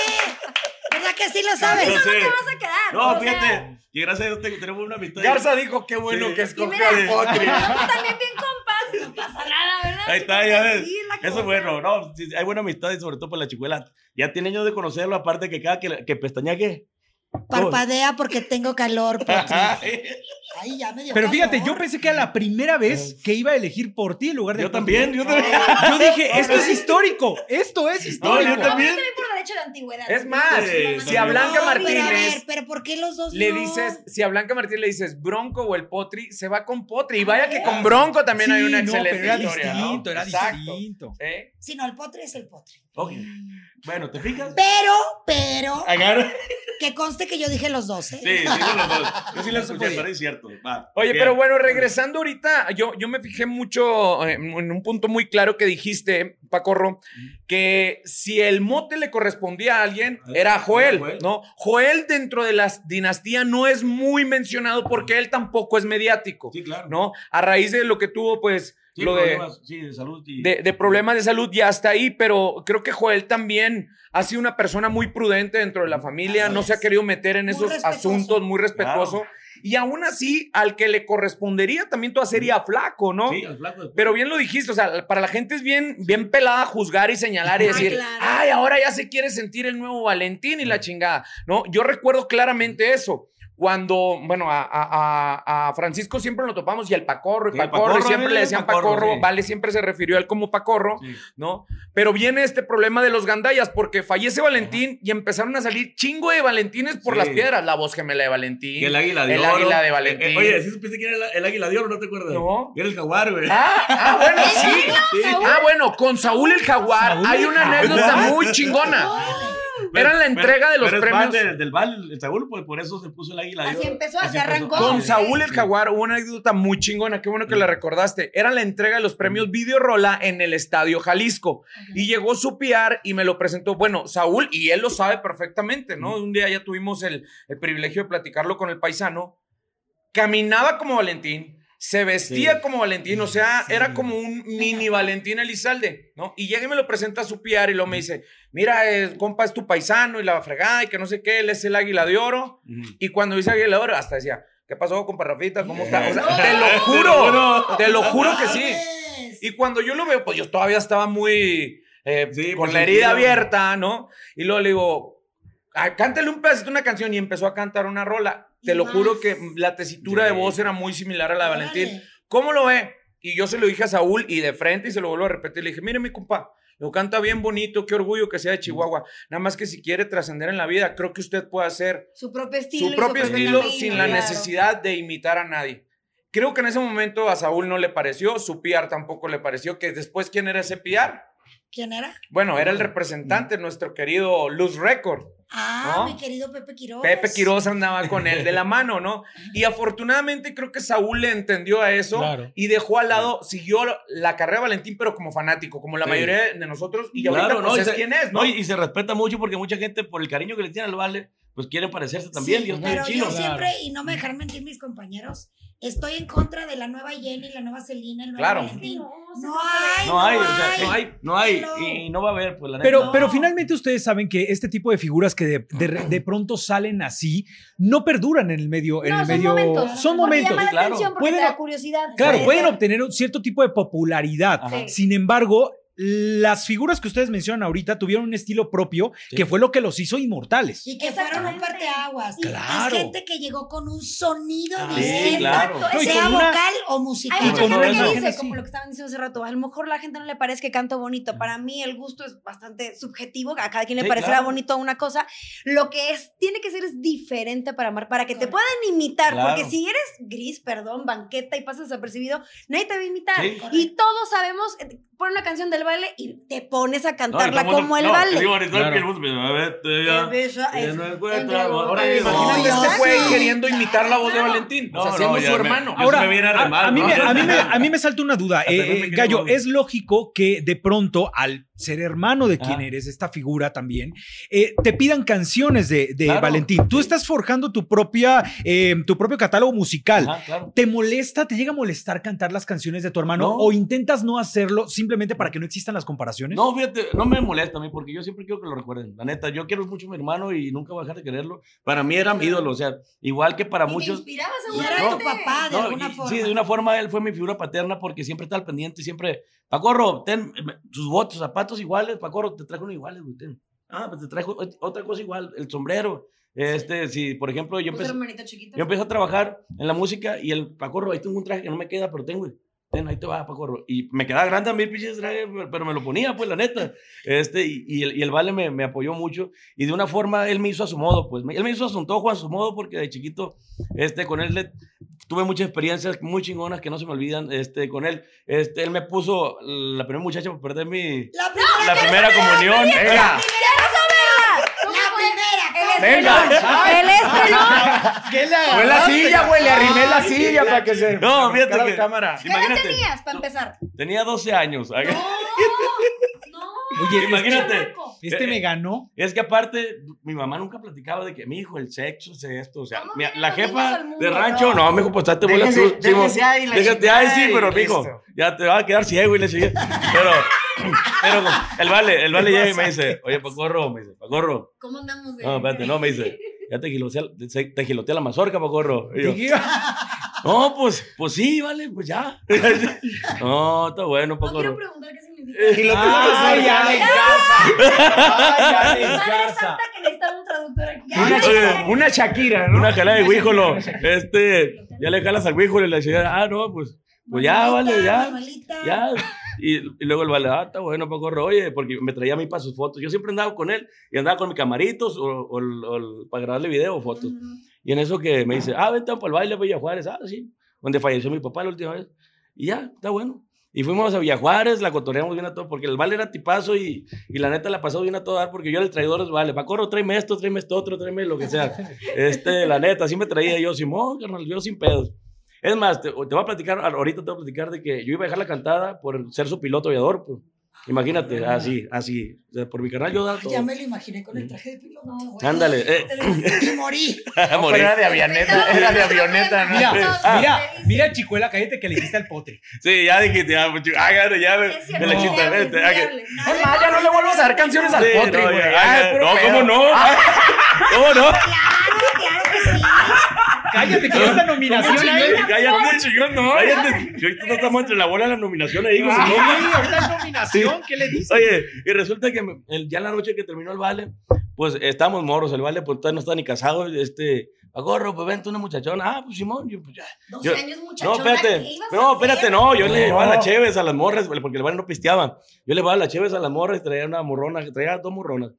Speaker 1: ¿Verdad que sí lo sabes?
Speaker 5: Lo sé.
Speaker 4: Vas a quedar. o sea,
Speaker 5: No, fíjate. Y gracias a Dios te- tenemos una amistad.
Speaker 2: Garza dijo qué bueno
Speaker 5: Sí.
Speaker 2: que
Speaker 4: Y
Speaker 2: escogió
Speaker 4: mira,
Speaker 2: a Potri.
Speaker 4: estamos también bien compas. No pasa nada, ¿verdad?
Speaker 5: Ahí está,
Speaker 4: chicos?
Speaker 5: ya ves.
Speaker 4: Sí, la
Speaker 5: Eso
Speaker 4: cosa.
Speaker 5: es bueno, no, sí, sí, hay buena amistad y sobre todo para la chicuela. Ya tiene años de conocerlo, aparte que cada que, que pestañea, ¿qué?
Speaker 1: Parpadea porque tengo calor, potri. Ay, ya me dio
Speaker 3: Pero fíjate, yo
Speaker 1: calor.
Speaker 3: pensé que era la primera vez que iba a elegir por ti en lugar de
Speaker 5: yo
Speaker 3: por ti.
Speaker 5: también, yo también.
Speaker 3: Yo
Speaker 5: [LAUGHS]
Speaker 3: dije, esto es histórico, esto es
Speaker 5: No,
Speaker 3: histórico.
Speaker 5: yo también.
Speaker 4: Estoy por derecho de antigüedad.
Speaker 2: Es más,
Speaker 5: Sí,
Speaker 2: si a Blanca
Speaker 1: No, Pero, a ver,
Speaker 2: Martínez
Speaker 1: pero ¿por qué los dos
Speaker 2: le
Speaker 1: no?
Speaker 2: dices, si a Blanca Martínez le dices Bronco o el Potri, se va con Potri. Y vaya que con Bronco también hay
Speaker 3: Sí,
Speaker 2: una
Speaker 3: no,
Speaker 2: excelente
Speaker 3: pero era
Speaker 2: historia. ¿no?
Speaker 3: distinto, era
Speaker 2: Exacto.
Speaker 3: distinto.
Speaker 2: ¿Eh?
Speaker 1: Si no, el potre es el potre.
Speaker 5: Ok. Bueno, ¿te fijas?
Speaker 1: Pero, pero,
Speaker 5: Agarra.
Speaker 1: que conste que yo dije los dos, ¿eh?
Speaker 5: Sí, sí, son los dos. Yo sí la
Speaker 3: No se
Speaker 5: escuché,
Speaker 3: podía.
Speaker 5: pero es cierto. Va,
Speaker 2: Oye,
Speaker 5: bien.
Speaker 2: pero bueno, regresando ahorita, yo, yo me fijé mucho eh, en un punto muy claro que dijiste, Pacorro, que si el mote le correspondía a alguien, era Joel,
Speaker 5: Ah, Joel.
Speaker 2: ¿no? Joel dentro de la dinastía no es muy mencionado porque él tampoco es mediático,
Speaker 5: Sí, claro.
Speaker 2: ¿no? A raíz de lo que tuvo, pues,
Speaker 5: Sí,
Speaker 2: lo de,
Speaker 5: problemas, sí, de salud. Y,
Speaker 2: de, de problemas de salud ya hasta ahí, pero creo que Joel también ha sido una persona muy prudente dentro de la familia,
Speaker 1: Así
Speaker 2: no se ha
Speaker 1: es.
Speaker 2: querido meter en
Speaker 1: Muy
Speaker 2: esos
Speaker 1: respetuoso.
Speaker 2: asuntos, muy respetuoso.
Speaker 5: Claro.
Speaker 2: Y aún así, al que le correspondería también toda sería flaco, ¿no?
Speaker 5: Sí, al flaco.
Speaker 2: Pero bien lo dijiste, o sea, para la gente es bien, bien pelada juzgar y señalar y
Speaker 4: Ah,
Speaker 2: decir,
Speaker 4: claro.
Speaker 2: ay, ahora ya se quiere sentir el nuevo Valentín y la chingada. No, yo recuerdo claramente eso. Cuando, bueno, a, a- a- a Francisco siempre lo topamos y al Pacorro, y
Speaker 5: Sí,
Speaker 2: Pacorro,
Speaker 5: Pacorro,
Speaker 2: y siempre
Speaker 5: amigo,
Speaker 2: le decían
Speaker 5: Pacorro,
Speaker 2: Pacorro,
Speaker 5: sí.
Speaker 2: Vale siempre se refirió a él como Pacorro,
Speaker 5: Sí.
Speaker 2: ¿no? Pero viene este problema de los gandallas porque fallece Valentín y empezaron a salir chingo de Valentines por
Speaker 5: Sí.
Speaker 2: las piedras, la voz gemela de Valentín.
Speaker 5: Y el águila de
Speaker 2: El
Speaker 5: oro.
Speaker 2: águila de Valentín.
Speaker 5: Eh, eh, oye, ¿sí supiste quién era el, el águila de oro? ¿No te acuerdas?
Speaker 2: No.
Speaker 5: Era el jaguar, güey.
Speaker 2: Ah, ah, bueno, sí. Ah, bueno, con Saúl el Jaguar
Speaker 3: Saúl
Speaker 2: hay
Speaker 3: el
Speaker 2: una
Speaker 5: Jaguar.
Speaker 2: anécdota muy chingona. Era la entrega de los
Speaker 5: pero es fan
Speaker 2: premios.
Speaker 5: del, del Val, el Saúl, pues por eso se puso el águila de
Speaker 4: Así
Speaker 5: oro.
Speaker 4: empezó, así arrancó.
Speaker 2: Con
Speaker 4: Sí.
Speaker 2: Saúl el Jaguar hubo una anécdota muy chingona, qué
Speaker 5: Mm.
Speaker 2: bueno que la recordaste. Era la entrega de los premios Video Rola en el Estadio Jalisco. Y llegó su PR y me lo presentó. Bueno, Saúl, y él lo sabe perfectamente, ¿no?
Speaker 5: Mm.
Speaker 2: Un día ya tuvimos el, el privilegio de platicarlo con el paisano. Caminaba como Valentín, se vestía
Speaker 5: Sí. Mm,
Speaker 2: como Valentín, o sea,
Speaker 5: Sí.
Speaker 2: era como un mini Valentín Elizalde, ¿no? Y llega y me lo presenta a su PR y lo
Speaker 5: Mm.
Speaker 2: me dice, mira, eh, compa, es tu paisano y la fregada y que no sé qué, él es el águila de oro.
Speaker 5: Ujú.
Speaker 2: Y cuando dice Águila Oro, hasta decía, ¿qué pasó con Parrafita? ¿Cómo está? O sea,
Speaker 5: No.
Speaker 2: te lo
Speaker 5: Te [LAUGHS]
Speaker 2: juro,
Speaker 5: lo juro.
Speaker 2: te lo juro que sí.
Speaker 1: Mames.
Speaker 2: Y cuando yo lo veo, pues yo todavía estaba muy eh,
Speaker 5: Sí,
Speaker 2: con
Speaker 5: pues,
Speaker 2: la herida
Speaker 5: sentido.
Speaker 2: abierta, ¿no? Y luego le digo, "Ah, cántale un pedacito de una canción y empezó a cantar una rola. Te
Speaker 1: Y
Speaker 2: lo
Speaker 1: vas.
Speaker 2: juro que la tesitura de
Speaker 5: Sí.
Speaker 2: voz era muy similar a la de Valentín.
Speaker 1: Órale.
Speaker 2: ¿Cómo lo ve? Y yo se lo dije a Saúl y de frente y se lo vuelvo a repetir. Le dije, mire mi compa, lo canta bien bonito, qué orgullo que sea de Chihuahua. Nada más que si quiere trascender en la vida, creo que usted puede hacer
Speaker 4: Su propio estilo. y
Speaker 2: su propio estilo
Speaker 4: camino,
Speaker 2: sin la
Speaker 4: claro.
Speaker 2: necesidad de imitar a nadie. Creo que en ese momento a Saúl no le pareció, su PR tampoco le pareció, que después, ¿quién era ese PR?
Speaker 1: ¿Quién era?
Speaker 2: Bueno, era el representante, nuestro querido Luz Record.
Speaker 1: Ah,
Speaker 2: ¿No?
Speaker 1: mi querido Pepe Quiroz.
Speaker 4: Oh,
Speaker 2: Pepe Quiroz andaba con él de
Speaker 4: [LAUGHS]
Speaker 2: la mano, ¿no? Y afortunadamente creo que Saúl le entendió a eso
Speaker 3: Claro.
Speaker 2: y dejó al lado, siguió la carrera de Valentín, pero como fanático, como la
Speaker 5: Sí.
Speaker 2: mayoría de nosotros, y
Speaker 5: Claro,
Speaker 2: ahorita pues,
Speaker 5: y
Speaker 2: es
Speaker 5: se-
Speaker 2: quien es, ¿no?
Speaker 5: no, y- y se respeta mucho porque mucha gente, por el cariño que le tiene al Vale, pues quieren parecerse también.
Speaker 1: Sí,
Speaker 5: Dios mío,
Speaker 1: pero
Speaker 5: chino.
Speaker 1: yo
Speaker 3: claro.
Speaker 1: siempre, y no me dejar mentir mis compañeros, estoy en contra de la nueva Jenny, la nueva Celina, el nuevo
Speaker 2: Claro.
Speaker 1: Valentín.
Speaker 4: No, se
Speaker 1: No
Speaker 4: puede.
Speaker 1: hay,
Speaker 5: no hay, o sea,
Speaker 1: no
Speaker 5: no hay, no hay, y no va a haber, pues la neta.
Speaker 3: Pero,
Speaker 1: No.
Speaker 3: pero finalmente ustedes saben que este tipo de figuras que de, de- de pronto salen así no perduran en el medio. En
Speaker 4: No,
Speaker 3: el
Speaker 4: son
Speaker 3: medio
Speaker 4: momentos.
Speaker 3: son
Speaker 4: Porque
Speaker 3: momentos.
Speaker 4: Llama la
Speaker 5: claro.
Speaker 4: atención porque
Speaker 3: Pueden-
Speaker 4: te da curiosidad.
Speaker 3: Claro,
Speaker 1: Sí.
Speaker 3: pueden obtener un cierto tipo de popularidad.
Speaker 5: Ajá.
Speaker 4: Sí.
Speaker 3: Sin embargo, las figuras que ustedes mencionan ahorita tuvieron un estilo propio
Speaker 5: Sí.
Speaker 3: que fue lo que los hizo inmortales.
Speaker 1: Y que fueron un
Speaker 4: Exactamente.
Speaker 1: parteaguas.
Speaker 3: Claro.
Speaker 1: Es gente que llegó con un sonido
Speaker 3: Ah,
Speaker 1: distinto,
Speaker 5: Sí, claro.
Speaker 4: Exacto,
Speaker 3: No, y
Speaker 1: sea
Speaker 3: con una-
Speaker 1: vocal o musical.
Speaker 4: Hay
Speaker 5: Y con
Speaker 4: mucha gente
Speaker 5: una
Speaker 4: que
Speaker 3: imagen
Speaker 4: dice,
Speaker 3: así.
Speaker 4: como lo que estaban diciendo hace rato, a lo mejor la gente no le parece que canto bonito. Para mí el gusto es bastante subjetivo, a cada quien le
Speaker 5: Sí,
Speaker 4: parecerá
Speaker 5: claro.
Speaker 4: bonito una cosa. Lo que es, tiene que ser es diferente para amar, para que te
Speaker 1: Correcto.
Speaker 4: puedan imitar,
Speaker 5: Claro.
Speaker 4: porque si eres gris, perdón, banqueta y pasas desapercibido, nadie te va a imitar.
Speaker 5: Sí.
Speaker 4: Y todos sabemos, eh, pon una canción del baile y te pones a
Speaker 5: No, y todo
Speaker 4: cantarla
Speaker 5: mundo-
Speaker 4: como el
Speaker 5: no,
Speaker 4: baile.
Speaker 5: digo, ahorita
Speaker 3: Claro.
Speaker 5: el mundo, pero, a ver, te-
Speaker 4: Qué
Speaker 5: ya.
Speaker 4: bella
Speaker 5: Eh,
Speaker 4: es.
Speaker 5: no encuentro,
Speaker 4: Entre
Speaker 5: ahora
Speaker 4: los
Speaker 5: mismo.
Speaker 4: dos.
Speaker 2: Imagínate este
Speaker 1: Exacto.
Speaker 2: güey queriendo imitar la voz de
Speaker 4: Claro.
Speaker 2: Valentín,
Speaker 5: No,
Speaker 2: o sea,
Speaker 5: no,
Speaker 2: siendo
Speaker 5: ya
Speaker 2: su
Speaker 5: me-
Speaker 2: hermano.
Speaker 5: yo-
Speaker 3: Ahora,
Speaker 5: sí me viene a
Speaker 3: a,
Speaker 5: remar,
Speaker 3: a mí
Speaker 5: ¿no?
Speaker 3: me, a, mí me,
Speaker 5: [LAUGHS]
Speaker 3: a mí me salta una duda.
Speaker 5: Hasta
Speaker 3: Eh,
Speaker 5: no me
Speaker 3: eh,
Speaker 5: quedé
Speaker 3: Gallo,
Speaker 5: con-
Speaker 3: es lógico que de pronto, al ser hermano de quien
Speaker 5: Ah.
Speaker 3: eres, esta figura también, eh, te pidan canciones de, de
Speaker 5: Claro.
Speaker 3: Valentín. Tú estás forjando tu, propia, eh, tu propio catálogo musical.
Speaker 5: Ajá, claro.
Speaker 3: ¿Te molesta, te llega a molestar cantar las canciones de tu hermano
Speaker 5: No.
Speaker 3: o intentas no hacerlo simplemente para que no existan las comparaciones?
Speaker 5: No, fíjate, no me molesta a mí porque yo siempre quiero que lo recuerden. La neta, yo quiero mucho a mi hermano y nunca voy a dejar de quererlo. Para mí era mi ídolo, o sea, igual que para
Speaker 4: Y te
Speaker 5: muchos.
Speaker 4: inspiraba
Speaker 1: Y
Speaker 4: seguramente.
Speaker 1: era tu papá, Ah, de
Speaker 5: No,
Speaker 1: alguna
Speaker 5: y-
Speaker 1: forma.
Speaker 5: Sí, de una forma él fue mi figura paterna porque siempre está al pendiente, siempre. Pacorro, ten eh, sus botas, zapatos iguales, Pacorro, te trajo uno iguales, güey, ten. Ah, pues te trajo ot- otra cosa igual, el sombrero. Este, si por ejemplo yo
Speaker 4: Pues
Speaker 5: empecé,
Speaker 4: hermanito chiquito.
Speaker 5: yo empecé a trabajar en la música y el Pacorro, ahí tengo un traje que no me queda, pero tengo, güey. Ten, ahí te va, Pacorro. Y me quedaba grande a mí el pinche traje, pero- pero me lo ponía, pues, la neta. Este, y, y el, y el Vale me, me apoyó mucho. Y de una forma, él me hizo a su modo, pues. Me- Él me hizo a su antojo, a su modo, porque de chiquito, este, con él le- tuve muchas experiencias muy chingonas que no se me olvidan, este, con él. Este, él me puso la primera muchacha para perder mi...
Speaker 1: La primera,
Speaker 5: La primera comunión.
Speaker 2: Venga,
Speaker 1: la primera.
Speaker 4: Él es
Speaker 2: Venga.
Speaker 4: pelón. Él es pelón.
Speaker 2: fue la silla, güey, le arrimé la silla para que se...
Speaker 5: No, fíjate
Speaker 2: cara de
Speaker 5: que-
Speaker 2: cámara.
Speaker 4: ¿Qué edad
Speaker 5: Imagínate.
Speaker 4: tenías para empezar?
Speaker 5: Tenía 12 años.
Speaker 4: No, no.
Speaker 3: Oye,
Speaker 5: Imagínate.
Speaker 4: chamaco.
Speaker 5: Eh,
Speaker 3: Este me ganó.
Speaker 5: Es que aparte, mi mamá nunca platicaba de que mi hijo, el sexo, es esto. O sea,
Speaker 4: ¿Cómo
Speaker 5: mi-
Speaker 4: vienen
Speaker 5: la
Speaker 4: los
Speaker 5: jefa
Speaker 4: niños al mundo,
Speaker 5: de rancho,
Speaker 4: no?
Speaker 5: no, mijo, pues date bola
Speaker 6: Déjese-
Speaker 5: tú. Simón.
Speaker 6: déjese ahí, la
Speaker 5: Déjate
Speaker 6: chingada,
Speaker 5: ahí, sí,
Speaker 6: y
Speaker 5: pero mijo,
Speaker 6: listo.
Speaker 5: ya te vas a quedar ciego y le sigue. Pero, pero el vale, el vale llega y me dice,
Speaker 6: [LAUGHS]
Speaker 5: oye, Pacorro, me dice, Pacorro.
Speaker 4: ¿Cómo andamos de.?
Speaker 5: No, espérate, no, me dice, ya te gilotea, se- te gilotea la mazorca, Pacorro. Y eh, yo,
Speaker 3: Dije,
Speaker 5: [LAUGHS] no, pues, pues sí, vale, pues ya. [LAUGHS] No, está bueno,
Speaker 4: No quiero
Speaker 5: Pacorro.
Speaker 4: preguntar qué significa.
Speaker 6: Y lo tuvo
Speaker 3: Ay,
Speaker 6: que
Speaker 3: Alex
Speaker 6: hacer.
Speaker 3: Garza. Ay, Alex
Speaker 4: Madre
Speaker 3: Garza.
Speaker 4: santa que necesitaba un traductor. doctora. Ya,
Speaker 2: Una,
Speaker 4: ya,
Speaker 2: Shakira,
Speaker 4: ya.
Speaker 2: una Shakira, ¿no?
Speaker 5: Una calada de huíjolo. Este, ya le jalas al huíjolo y la chingada. Ah, no, pues, pues ya,
Speaker 1: Manuelita,
Speaker 5: vale, ya.
Speaker 1: Manuelita.
Speaker 5: ya. Y, y luego el vale, ah, está bueno, Pacorro, oye, porque me traía a mí para sus fotos. Yo siempre andaba con él y andaba con mis camaritos o, o el- o el- para grabarle video o fotos. Y en eso que me dice, ah, vente para el baile a Villa Juárez, ah, sí, donde falleció mi papá la última vez. Y ya, está bueno. Y fuimos a Villa Juárez, la cotoreamos bien a todo, porque el vale era tipazo y, y la neta la pasó bien a todo dar, porque yo era el traidor del vale. Pacorro, tráeme esto, tráeme esto otro, tráeme lo que
Speaker 1: [LAUGHS]
Speaker 5: sea. Este, la neta, así me traía yo, Simón, carnal, yo sin pedos. Es más, te, te voy a platicar, ahorita te voy a platicar de que yo iba a dejar la cantada por ser su piloto aviador, pues. Imagínate, así, así. O sea, por mi canal yo da todo.
Speaker 1: Ah. Ya me lo imaginé con el traje de piloto. güey.
Speaker 5: Ándale, eh.
Speaker 1: Y morí.
Speaker 5: [LAUGHS] Morí.
Speaker 2: Pero era de avioneta, era de avioneta, ¿no?
Speaker 3: Mira,
Speaker 4: Ah.
Speaker 3: mira, mira, Chicuela, cállate que le dijiste al potre.
Speaker 5: Sí, ya dijiste, ya, mucho- ay, ya, ya, me,
Speaker 4: Es
Speaker 5: me
Speaker 4: cierto,
Speaker 5: la
Speaker 4: es
Speaker 5: chiste,
Speaker 4: viable,
Speaker 5: vente,
Speaker 4: es
Speaker 5: ah, que-
Speaker 4: viable.
Speaker 2: Es más, ya no le vuelvas a dar canciones al
Speaker 5: Sí,
Speaker 2: potri,
Speaker 5: no,
Speaker 2: güey.
Speaker 5: ya,
Speaker 2: Ah,
Speaker 5: ya.
Speaker 2: es puro
Speaker 5: No,
Speaker 2: pedo.
Speaker 5: ¿cómo no? [LAUGHS] ¿Cómo no?
Speaker 1: Claro, claro que sí.
Speaker 3: Cállate que esta nominación ahí.
Speaker 5: Cállate, cállate, chingón,
Speaker 2: no.
Speaker 5: Cállate, [LAUGHS] yo ahorita no estamos entre la bola de la nominación ahí, güey, si no,
Speaker 2: [LAUGHS]
Speaker 3: Ay, ahorita es nominación, ¿qué le dices?
Speaker 5: Oye, y resulta que me- el- ya la noche que terminó el vale, pues estábamos morros, el vale pues todavía no está ni casado, este, agorro, pues vente una muchachona, ah, pues Simón, yo, pues, ya.
Speaker 4: 12
Speaker 5: Yo-
Speaker 4: años
Speaker 5: No,
Speaker 4: muchachona, ¿qué
Speaker 5: espérate,
Speaker 4: ibas a
Speaker 5: no, espérate,
Speaker 4: hacer?
Speaker 5: no, yo le
Speaker 2: No.
Speaker 5: llevaba las cheves a las morras, porque el vale no pisteaba, yo le llevaba las cheves a las morras y traía una morrona, traía dos morronas,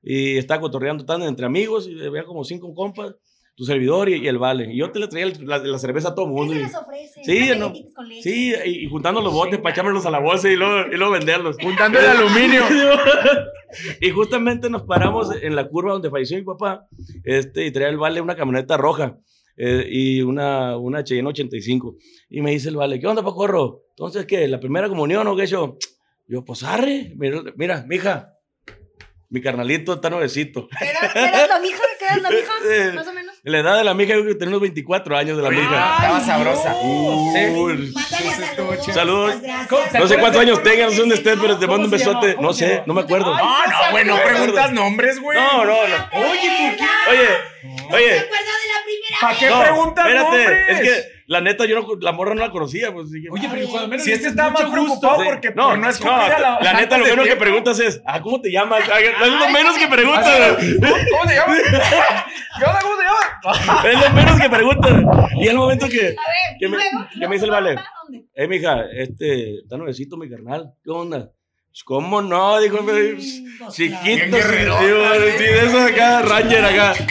Speaker 5: y estaba cotorreando tan entre amigos, y había como cinco compas, tu servidor y, y el vale, y yo te le traía el- la, la cerveza a todo
Speaker 4: ¿Qué
Speaker 5: mundo.
Speaker 4: se
Speaker 5: y-
Speaker 4: les ofrece?
Speaker 5: Sí,
Speaker 4: Unas
Speaker 5: no.
Speaker 4: galletitas con leche. Pues
Speaker 5: Sí, y, y juntando los botes para echármelos a la bolsa y luego, y luego venderlos.
Speaker 2: Juntando el aluminio.
Speaker 5: y justamente nos paramos en la curva donde falleció mi papá este, y traía el vale una camioneta roja eh, y una, una Cheyenne 85. Y me dice el vale, ¿qué onda, Pacorro? Entonces, ¿qué? ¿La primera comunión o qué yo? Yo, pues arre, mira, mira, mija, mi carnalito está nuevecito.
Speaker 4: ¿Qué era-
Speaker 5: [LAUGHS]
Speaker 4: qué era la mija? ¿Qué era la mija?
Speaker 5: Eh,
Speaker 4: Más o menos.
Speaker 5: La edad de la mija, yo creo que tenía unos 24 años de la mija.
Speaker 3: Ah,
Speaker 2: Estaba sabrosa.
Speaker 5: Uy,
Speaker 1: Mándale
Speaker 6: Sí, sí, estuvo
Speaker 1: saludos.
Speaker 6: chido.
Speaker 5: Saludos.
Speaker 1: Muchas gracias.
Speaker 3: ¿Cómo se-
Speaker 5: no sé cuántos años
Speaker 3: ¿Cómo
Speaker 5: tengas, no sé dónde estés, pero te
Speaker 3: ¿Cómo
Speaker 5: mando
Speaker 3: se
Speaker 5: un
Speaker 3: llama?
Speaker 5: besote.
Speaker 3: ¿Cómo
Speaker 5: No
Speaker 3: se
Speaker 5: sé,
Speaker 3: llama?
Speaker 5: no me acuerdo.
Speaker 3: Ay,
Speaker 2: No, no, güey, no
Speaker 5: acuerdo.
Speaker 2: preguntas nombres, güey.
Speaker 5: No, no, no.
Speaker 4: Oye,
Speaker 5: Oye,
Speaker 1: ¿Se
Speaker 5: oye.
Speaker 1: acuerda de la primera
Speaker 2: ¿Para qué
Speaker 5: No,
Speaker 2: preguntas nombres?
Speaker 5: es que la neta yo no, la morra no la conocía, pues dije,
Speaker 3: Oye, pero cuando menos.
Speaker 2: Si este
Speaker 3: dices,
Speaker 2: estaba más
Speaker 3: mucho gusto.
Speaker 2: preocupado porque no, no es
Speaker 5: la, la neta lo menos que preguntas es, ah, ¿cómo te llamas? Ah, es lo menos que preguntas.
Speaker 2: ¿Cómo te llamas? ¿Qué onda, cómo te llamas?
Speaker 5: [LAUGHS] es lo menos que preguntas. Y el momento que,
Speaker 4: A ver,
Speaker 5: ¿Qué
Speaker 4: ¿y
Speaker 5: me-
Speaker 4: luego?
Speaker 5: qué me dice el vale?
Speaker 4: ¿A dónde?
Speaker 5: eh, mija, este, está nuevecito mi carnal, ¿qué onda? ¿Cómo no? Dijo,
Speaker 1: Pues,
Speaker 5: chiquito.
Speaker 2: Bien
Speaker 5: Sí,
Speaker 2: guerrerota,
Speaker 5: sí, sí, de esos acá, Ranger acá.
Speaker 1: claro.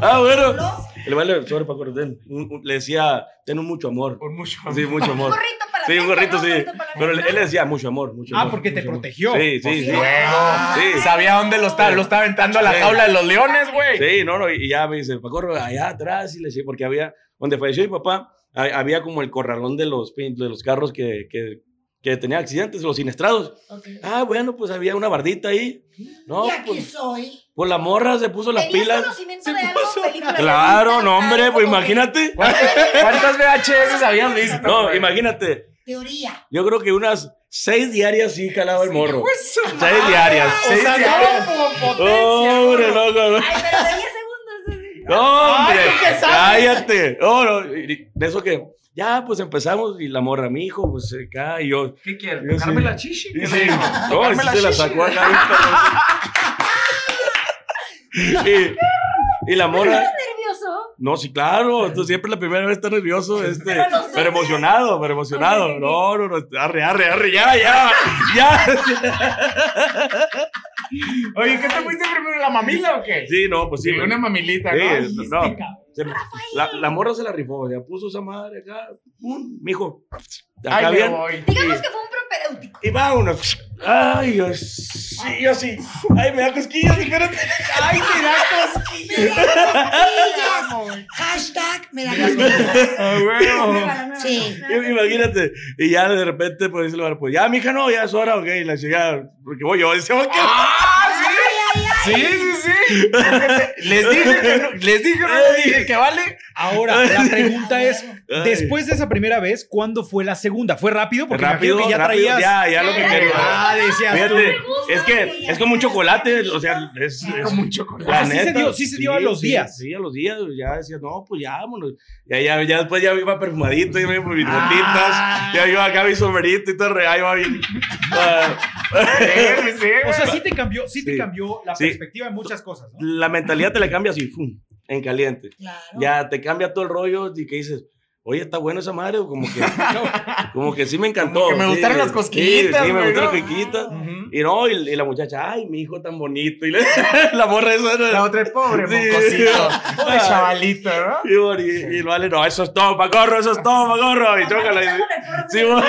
Speaker 5: Ah, bueno.
Speaker 1: Los-
Speaker 5: El vale, sobre Paco, ten, un- un- le decía, ten un mucho amor.
Speaker 2: Con mucho
Speaker 5: Sí, mucho
Speaker 4: Un
Speaker 5: amor.
Speaker 4: gorrito para la
Speaker 5: Sí, un
Speaker 4: fiesta,
Speaker 5: gorrito,
Speaker 4: ¿no?
Speaker 5: sí.
Speaker 4: Un gorrito para la
Speaker 5: Pero él
Speaker 4: fiesta.
Speaker 5: él le decía mucho amor, mucho
Speaker 3: Ah,
Speaker 5: amor,
Speaker 3: porque te
Speaker 5: mucho amor".
Speaker 3: protegió.
Speaker 5: Sí, sí, sí.
Speaker 2: Luego,
Speaker 5: Sí.
Speaker 2: sabía dónde lo estaba, lo estaba aventando Pues a la
Speaker 5: Sí.
Speaker 2: jaula de los leones, güey.
Speaker 5: Sí, no, no, y ya me dice, Pacorro, allá atrás, y le decía, porque había, donde falleció mi papá, ha- había como el corralón de los, pin- de los carros que, que, que tenía accidentes, los siniestrados.
Speaker 1: Ok.
Speaker 5: Ah, bueno, pues había una bardita ahí. No,
Speaker 1: y aquí
Speaker 5: pues,
Speaker 1: soy.
Speaker 5: pues la morra se puso las
Speaker 4: ¿Tenías
Speaker 5: pilas.
Speaker 4: conocimiento de algo? Películas de
Speaker 5: Claro,
Speaker 4: Disney,
Speaker 5: no, hombre,
Speaker 4: algo
Speaker 5: pues
Speaker 4: como que-
Speaker 5: imagínate.
Speaker 2: ¿Cuántas VHS habías visto?
Speaker 5: No,
Speaker 2: güey?
Speaker 5: imagínate,
Speaker 1: Teoría.
Speaker 5: yo creo que unas seis diarias sí calaba el morro.
Speaker 2: Pues,
Speaker 5: Seis diarias,
Speaker 2: o
Speaker 5: seis
Speaker 2: sea,
Speaker 5: diarias.
Speaker 2: no, como potencia.
Speaker 5: Hombre, loco, no.
Speaker 4: Ay, pero de 10 segundos. así.
Speaker 5: ¡No, hombre!
Speaker 2: Ay, ¿tú qué sabes?
Speaker 5: ¡Cállate! No, no, y- y- de eso que, ya, pues empezamos y la morra, mi hijo, pues acá, y yo.
Speaker 2: ¿Qué quieres?
Speaker 5: Yo sí.
Speaker 2: ¿Tocarme la chichi?
Speaker 5: Y
Speaker 2: ¿Qué
Speaker 5: sí,
Speaker 2: le digo?
Speaker 5: no,
Speaker 2: Tocarme
Speaker 5: sí se la
Speaker 2: chichi.
Speaker 5: sacó acá. bien
Speaker 2: [LAUGHS]
Speaker 5: cabrón. y, y la morra,
Speaker 4: ¿Estás nervioso?
Speaker 5: no, sí, claro, tú siempre la primera vez estás nervioso, este,
Speaker 4: Pero no sé.
Speaker 5: pero emocionado, pero
Speaker 4: Ok,
Speaker 5: emocionado.
Speaker 4: ok.
Speaker 5: No, no, no, arre, arre, arre, ya, ya, ya.
Speaker 2: Oye, ¿qué te fuiste primero? ¿La mamila o qué?
Speaker 5: Sí, no, pues sí.
Speaker 2: Sí, una mamilita,
Speaker 5: Sí,
Speaker 2: ¿no?
Speaker 5: es- no. Se- la, la morra se la rifó, ya puso esa madre acá, pum, mijo, acá
Speaker 2: Ahí me
Speaker 5: bien.
Speaker 2: voy.
Speaker 4: Digamos que fue un propedéutico.
Speaker 5: Y vámonos. Ay, yo sí, yo sí. Ay, me da cosquillas, espérate.
Speaker 2: ¡Ay, te da cosquillas!
Speaker 5: [LAUGHS]
Speaker 1: Cosquillas. Hashtag me da cosquillas.
Speaker 5: Ah,
Speaker 2: ¡A
Speaker 5: Oh.
Speaker 2: huevo!
Speaker 4: Nueva, la nueva.
Speaker 1: Sí.
Speaker 5: Y- Imagínate. Y ya de repente, pues dice el bar, pues ya, mija, no, ya es hora, ok. Y la llegada, porque voy yo, dice, ok.
Speaker 2: [LAUGHS] ¡Ah,
Speaker 1: Ay, ay, ay.
Speaker 2: sí! Sí, sí, sí. Les dije que no, les dije, no les dije que vale.
Speaker 3: Ahora, la pregunta es,
Speaker 5: Ay.
Speaker 3: después de esa primera vez, ¿cuándo fue la segunda? ¿Fue rápido? Porque rápido, que ya
Speaker 5: rápido,
Speaker 3: traías... [LAUGHS]
Speaker 5: Ya, ya lo que
Speaker 4: Ya,
Speaker 5: quería.
Speaker 3: Ah, decías tú.
Speaker 5: Fíjate,
Speaker 4: gusta,
Speaker 5: es
Speaker 4: güey,
Speaker 5: que
Speaker 4: ya
Speaker 5: es como un
Speaker 4: está.
Speaker 5: chocolate, o sea, es,
Speaker 4: Ya.
Speaker 5: es
Speaker 2: Como un chocolate.
Speaker 5: la
Speaker 3: Ah, sí se
Speaker 5: neta,
Speaker 3: dio, sí se dio a los
Speaker 5: sí,
Speaker 3: días.
Speaker 5: Sí, a los días, ya decía, no, pues ya vámonos. Ya, ya, ya después ya iba perfumadito, ya iba con mis
Speaker 3: Ah.
Speaker 5: botitas, ya iba acá mi sombrerito y todo re, ahí va bien. Ah,
Speaker 2: Sí, sí, sí,
Speaker 3: O sea,
Speaker 2: güey.
Speaker 3: sí te cambió, sí, te
Speaker 5: Sí.
Speaker 3: cambió la
Speaker 5: Sí.
Speaker 3: perspectiva en muchas cosas, ¿no?
Speaker 5: la mentalidad te la cambia así, ¡fum! en caliente.
Speaker 1: Claro.
Speaker 5: Ya te cambia todo el rollo y que dices, oye, está bueno esa madre, o como que, [LAUGHS] como que sí me encantó.
Speaker 2: Como que me
Speaker 5: Sí,
Speaker 2: gustaron las
Speaker 5: sí,
Speaker 2: cosquillitas,
Speaker 5: Sí, me
Speaker 2: güey,
Speaker 5: gustaron
Speaker 2: ¿no?
Speaker 5: las cosquillitas.
Speaker 3: Ujú.
Speaker 5: Y no, y, y la muchacha, ay, mi hijo tan bonito. Y le- [LAUGHS] la morra esa. ¿no?
Speaker 2: La otra es pobre,
Speaker 5: Sí. [LAUGHS]
Speaker 2: mocosito. Pobre chavalito, ¿no?
Speaker 5: Sí, bueno, Y, y el vale, no, eso es todo, Pacorro, eso es todo, Pacorro. Y chócala. Y, sí, bueno,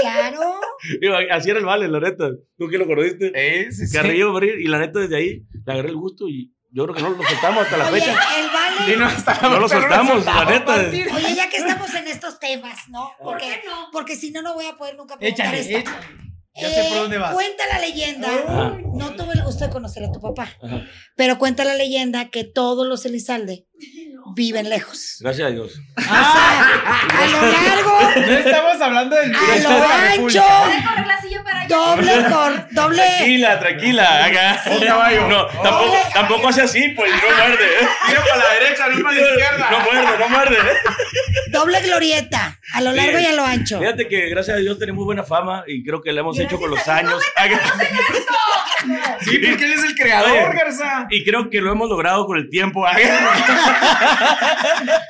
Speaker 1: Claro, claro.
Speaker 5: y así era el vale, la neta. Tú que lo conociste.
Speaker 2: Eh, sí, sí.
Speaker 5: Carrillo, Barril, y la neta, desde ahí le agarré el gusto y yo creo que no lo soltamos hasta la
Speaker 1: Oye,
Speaker 5: fecha.
Speaker 1: el
Speaker 2: Y
Speaker 1: vale.
Speaker 2: no, estábamos,
Speaker 5: No lo
Speaker 2: pero
Speaker 5: soltamos, la
Speaker 2: soltamos,
Speaker 5: neta.
Speaker 2: Martín.
Speaker 1: Oye, ya que estamos en estos temas, ¿no?
Speaker 4: ¿Por
Speaker 1: Porque,
Speaker 4: qué no?
Speaker 1: porque si no, no voy a poder nunca preguntar
Speaker 3: Échale,
Speaker 1: esto.
Speaker 3: échale. Ya sé por
Speaker 1: Eh,
Speaker 3: dónde vas.
Speaker 1: Cuenta la leyenda.
Speaker 5: Ah.
Speaker 1: No tuve el gusto de conocer a tu papá,
Speaker 5: Ajá.
Speaker 1: pero cuenta la leyenda que todos los Elizalde viven
Speaker 3: [LAUGHS]
Speaker 1: lejos.
Speaker 5: Gracias a Dios.
Speaker 3: Ah.
Speaker 1: A lo largo,
Speaker 3: [LAUGHS] No estamos hablando
Speaker 4: Ah,
Speaker 3: del...
Speaker 1: a lo ancho,
Speaker 4: Voy a correr la silla para allá.
Speaker 1: doble cor, doble.
Speaker 5: Tranquila, tranquila. Acá.
Speaker 2: Un caballo. Oh.
Speaker 5: No, tampoco, tampoco hace así, pues no muerde. ¿eh?
Speaker 2: Tira para la derecha, no para la izquierda.
Speaker 5: No muerde, no muerde. ¿eh?
Speaker 1: Doble glorieta, a lo largo y a lo ancho.
Speaker 5: Fíjate que gracias a Dios tenemos buena fama y creo que la hemos hecho con los años.
Speaker 2: Sí, porque él es el creador,
Speaker 5: Oye.
Speaker 2: Garza.
Speaker 5: [LAUGHS] Y creo que lo hemos logrado con el tiempo.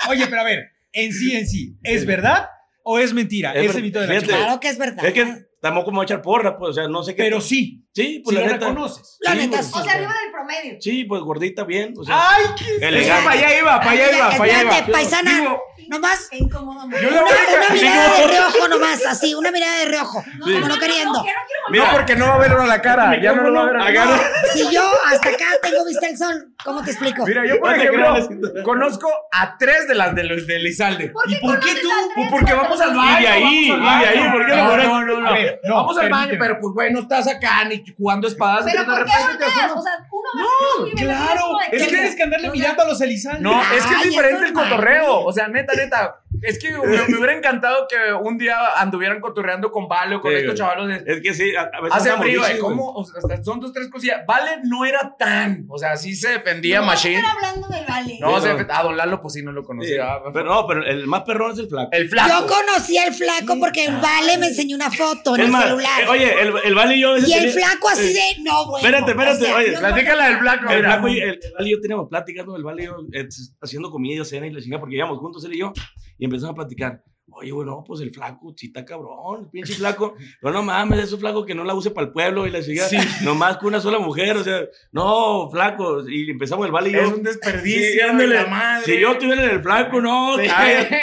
Speaker 3: Oye, pero a ver, en sí, en sí, ¿es verdad o es mentira?
Speaker 5: Es
Speaker 3: Ese
Speaker 5: ver-
Speaker 3: mito de la
Speaker 5: fíjate.
Speaker 3: chica.
Speaker 1: Claro que es verdad.
Speaker 5: Es que tampoco me voy a echar porra, pues, o sea, no sé qué.
Speaker 3: Pero sí,
Speaker 5: sí,
Speaker 3: sí
Speaker 5: pues la
Speaker 3: lo
Speaker 5: neta.
Speaker 3: reconoces.
Speaker 1: La
Speaker 5: Sí,
Speaker 1: neta
Speaker 5: pues,
Speaker 1: sí.
Speaker 4: O sea, arriba del promedio.
Speaker 5: Sí, pues gordita bien. O sea,
Speaker 2: Ay, qué
Speaker 5: Elegante.
Speaker 2: Para allá iba, para allá iba, para allá
Speaker 1: Espérate,
Speaker 2: iba.
Speaker 1: paisana.
Speaker 2: Digo,
Speaker 1: Nomás
Speaker 4: Qué incómodo.
Speaker 2: yo
Speaker 1: una,
Speaker 2: la voy
Speaker 1: una
Speaker 2: a
Speaker 1: mirada de reojo nomás, así, una mirada de reojo,
Speaker 5: Sí.
Speaker 1: como no queriendo.
Speaker 4: quiero, quiero
Speaker 2: No, porque no va a ver uno la cara. Ya no lo va a ver. a la cara.
Speaker 5: Agarra.
Speaker 1: Si yo hasta acá tengo vista el sol, ¿cómo te explico?
Speaker 2: Mira, yo por
Speaker 5: No te creas.
Speaker 2: ejemplo conozco a tres de las de, los de Elizalde.
Speaker 4: ¿Por qué
Speaker 2: ¿Y por qué
Speaker 4: conoces
Speaker 2: tú?
Speaker 4: a tres?
Speaker 2: Pues porque vamos al baño.
Speaker 5: Y de ahí,
Speaker 2: vamos al
Speaker 5: y de
Speaker 2: baño.
Speaker 5: ahí, ¿por qué
Speaker 3: no
Speaker 2: no,
Speaker 3: por
Speaker 2: no, no, no.
Speaker 3: A ver, no,
Speaker 2: vamos al baño,
Speaker 3: permíteme.
Speaker 2: pero pues güey, no estás acá ni jugando espadas.
Speaker 4: Pero
Speaker 2: de
Speaker 4: ¿por qué
Speaker 2: repente te
Speaker 4: volteas?
Speaker 2: asomas.
Speaker 4: O sea, uno va a
Speaker 3: Claro, es que tienes que andarle mirando a los Elizalde.
Speaker 2: No, es que es
Speaker 1: Ay,
Speaker 2: diferente
Speaker 1: es
Speaker 2: el
Speaker 1: normal.
Speaker 2: cotorreo. O sea, neta, neta. Es que me, me hubiera encantado que un día anduvieran cotorreando con Vale o con
Speaker 5: Sí,
Speaker 2: estos
Speaker 5: güey. Eh,
Speaker 2: chavalos. de-
Speaker 5: Es que sí, a, a veces
Speaker 2: Hace
Speaker 5: andamos
Speaker 2: frío,
Speaker 5: bichis,
Speaker 2: eh,
Speaker 5: güey.
Speaker 2: ¿cómo? O sea, son dos, tres cosillas. Vale no era tan. O sea, sí se defendía Machine.
Speaker 4: Están hablando del vale.
Speaker 2: No,
Speaker 5: Sí,
Speaker 2: se
Speaker 5: no.
Speaker 2: defen- a Don Lalo, pues sí, no lo
Speaker 5: Sí,
Speaker 2: conocía.
Speaker 5: pero no, pero el más perrón es el flaco.
Speaker 2: el
Speaker 1: Yo
Speaker 2: flaco.
Speaker 1: conocí al flaco porque el Vale me enseñó una foto en
Speaker 5: Es
Speaker 1: el
Speaker 5: más, eh,
Speaker 1: celular.
Speaker 5: oye, el, el Vale y yo. a veces
Speaker 1: y el
Speaker 5: tenía-
Speaker 1: flaco así
Speaker 5: eh,
Speaker 1: de, no, bueno.
Speaker 5: espérate, espérate, oye,
Speaker 1: yo no-
Speaker 2: Platícala del flaco.
Speaker 5: El
Speaker 2: mira.
Speaker 5: Flaco y el, el Vale y yo teníamos pláticas, ¿no? El Vale y yo eh, haciendo comida, cena y la chingada, porque íbamos juntos él y yo, y empezamos a platicar. Oye, bueno, pues el flaco, sí está cabrón, el
Speaker 2: [LAUGHS]
Speaker 5: pinche flaco. No, no mames, es un flaco que no la use para el pueblo y la chingada. Nomás con una sola mujer, o sea, no, flaco. Y empezamos el Vale y yo.
Speaker 2: Es un desperdicio.
Speaker 5: Sí, ándale.
Speaker 2: de la madre.
Speaker 5: Si yo estuviera en el flaco, no,
Speaker 2: Sí. [LAUGHS]
Speaker 5: cállate.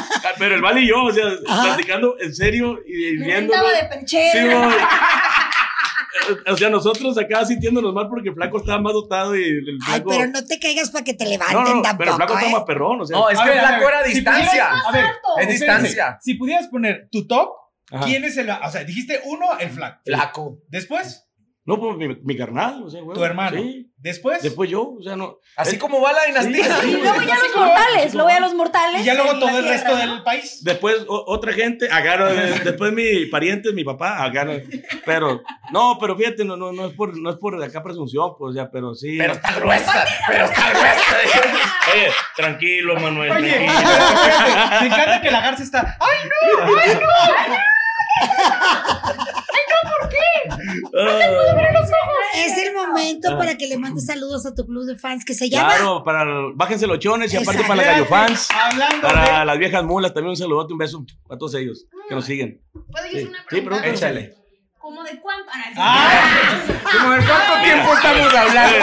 Speaker 5: [LAUGHS] Pero el Vale y yo, o sea,
Speaker 1: Ajá.
Speaker 5: platicando en serio y
Speaker 4: Me
Speaker 5: viéndolo.
Speaker 4: aventaba de
Speaker 5: Sí,
Speaker 4: penchero.
Speaker 5: güey. [LAUGHS] O sea, nosotros acá sintiéndonos mal porque el flaco estaba más dotado y el
Speaker 1: Ay,
Speaker 5: flaco.
Speaker 1: pero no te caigas para que te levanten
Speaker 5: no, no, no,
Speaker 1: tampoco.
Speaker 5: pero el flaco estaba más
Speaker 1: ¿eh?
Speaker 5: perrón, o sea.
Speaker 2: No, es
Speaker 3: A
Speaker 2: que
Speaker 3: ver,
Speaker 2: el
Speaker 3: a
Speaker 2: flaco
Speaker 3: ver,
Speaker 2: era a
Speaker 3: si
Speaker 2: distancia.
Speaker 3: pudieras- A ver,
Speaker 2: Es
Speaker 4: Exacto.
Speaker 3: espérense,
Speaker 2: distancia.
Speaker 3: Si pudieras poner tu top,
Speaker 5: Ajá.
Speaker 3: ¿quién es el... O sea, dijiste uno, el flaco.
Speaker 2: Flaco.
Speaker 3: Después,
Speaker 5: No, pues mi, mi carnal, o sea, güey.
Speaker 3: tu hermano.
Speaker 5: Sí.
Speaker 3: Después...
Speaker 5: Después yo, o sea, no.
Speaker 2: Así como va la dinastía.
Speaker 5: Sí, sí, güey.
Speaker 4: Luego ya los mortales, luego ya los mortales.
Speaker 3: Y ya luego
Speaker 4: en
Speaker 3: todo el
Speaker 4: Inglaterra,
Speaker 3: resto
Speaker 4: [LAUGHS] ¿no?
Speaker 3: del país.
Speaker 5: Después o- otra gente, acá no, eh, después mi pariente, mi papá, acá no. Pero, no, pero fíjate, no, no, no es por, no es por acá presunción, pues, o sea, pero sí.
Speaker 2: Pero está gruesa. Pero está gruesa.
Speaker 5: Eh, tranquilo, Manuel.
Speaker 3: Oye,
Speaker 5: tranquilo.
Speaker 3: espérate, me encanta que la garza está... ¡Ay, no! ¡Ay, no!
Speaker 1: Es el momento para que le mandes saludos a tu club de fans que se llama.
Speaker 5: Claro, para, bájense los chones y aparte para la
Speaker 3: Espérate,
Speaker 5: Gallo Fans.
Speaker 3: Hablando
Speaker 5: Para
Speaker 3: de...
Speaker 5: las viejas mulas, también un saludote, un beso a todos ellos que nos siguen.
Speaker 4: ¿Puedo yo
Speaker 5: Sí,
Speaker 4: hacer una
Speaker 5: sí,
Speaker 4: pregunta?
Speaker 5: pero-
Speaker 2: Échale.
Speaker 4: ¿Cómo de cuánto? Ah, no,
Speaker 3: ¡Ah!
Speaker 2: Como de cuánto tiempo estamos hablando.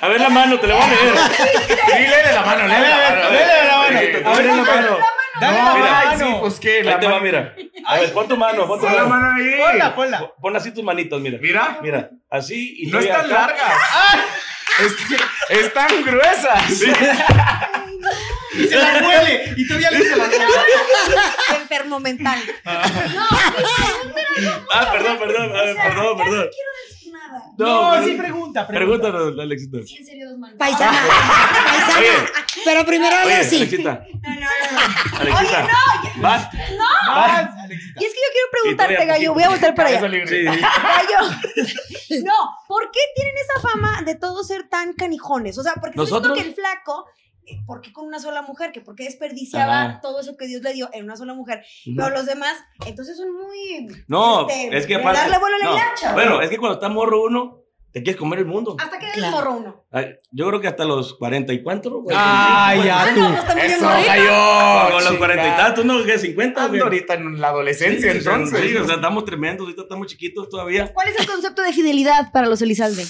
Speaker 5: [LAUGHS] A ver la mano, te la voy a leer.
Speaker 2: Sí, léele la mano, léele la mano.
Speaker 3: Léele la mano.
Speaker 2: Sí.
Speaker 5: A ver la mano.
Speaker 3: Dale
Speaker 2: No,
Speaker 3: la
Speaker 2: mira, ay,
Speaker 3: mano.
Speaker 2: sí, pues qué.
Speaker 5: Ahí te va, mira. A ver, pon tu mano, pon tu
Speaker 2: Pon la
Speaker 5: mano.
Speaker 2: mano ahí.
Speaker 3: Ponla, ponla.
Speaker 5: Pon así tus manitas, mira.
Speaker 2: Mira.
Speaker 5: Mira, así y
Speaker 2: No es
Speaker 5: luego
Speaker 2: tan
Speaker 5: acá.
Speaker 2: larga. Es, que- es tan gruesa.
Speaker 3: Y se la muele. Y todavía le se la muele.
Speaker 4: enfermo mental.
Speaker 5: Ah, perdón, perdón, a ver, perdón, perdón.
Speaker 4: No quiero decir nada.
Speaker 3: No,
Speaker 5: No,
Speaker 3: sí, pregunta, pregunta.
Speaker 5: Pregúntanos, Alexita.
Speaker 4: Sí, en serio, dos manos.
Speaker 1: Paisana,
Speaker 5: [LAUGHS]
Speaker 1: paisana. Pero primero
Speaker 5: Oye,
Speaker 1: Alexi.
Speaker 5: Alexita,
Speaker 4: No, no, no.
Speaker 5: Alexita.
Speaker 4: Oye,
Speaker 5: Vas.
Speaker 3: Vas, Alexita.
Speaker 7: Y es que yo quiero
Speaker 5: Y
Speaker 7: preguntarte,
Speaker 5: todavía
Speaker 7: Gallo, voy a voltar
Speaker 5: [LAUGHS]
Speaker 7: para allá.
Speaker 5: Cabeza libre. Sí, sí.
Speaker 7: Gallo.
Speaker 5: [LAUGHS]
Speaker 7: No, ¿por qué tienen esa fama de todos ser tan canijones? O sea, porque estoy diciendo
Speaker 5: ¿Nosotros?
Speaker 7: que el flaco, eh, ¿por qué con una sola mujer? Que porque desperdiciaba
Speaker 5: Ah.
Speaker 7: todo eso que Dios le dio en una sola mujer.
Speaker 5: No,
Speaker 7: Pero los demás, entonces son muy.
Speaker 5: No,
Speaker 7: este,
Speaker 5: es que
Speaker 7: de
Speaker 5: aparte.
Speaker 7: Darle vuelo a la
Speaker 5: no.
Speaker 7: hilacha.
Speaker 5: Bueno, es que cuando está morro uno, te quieres comer el mundo.
Speaker 4: Ah.
Speaker 7: Hasta que eres
Speaker 1: Claro.
Speaker 7: morro uno.
Speaker 5: Ay, Yo creo que hasta los 40 y cuánto. güey?
Speaker 3: Ay, ya tú.
Speaker 7: Está muy bien
Speaker 6: Eso,
Speaker 7: morrito.
Speaker 6: cayó.
Speaker 5: Como los 40 y tantos, no, que 50. güey.
Speaker 6: Ando ahorita en la adolescencia,
Speaker 5: Sí, o sea,
Speaker 6: entonces.
Speaker 5: sí, o sea, estamos tremendos, ahorita estamos chiquitos todavía.
Speaker 7: ¿Cuál es el concepto de fidelidad para los Elizalde?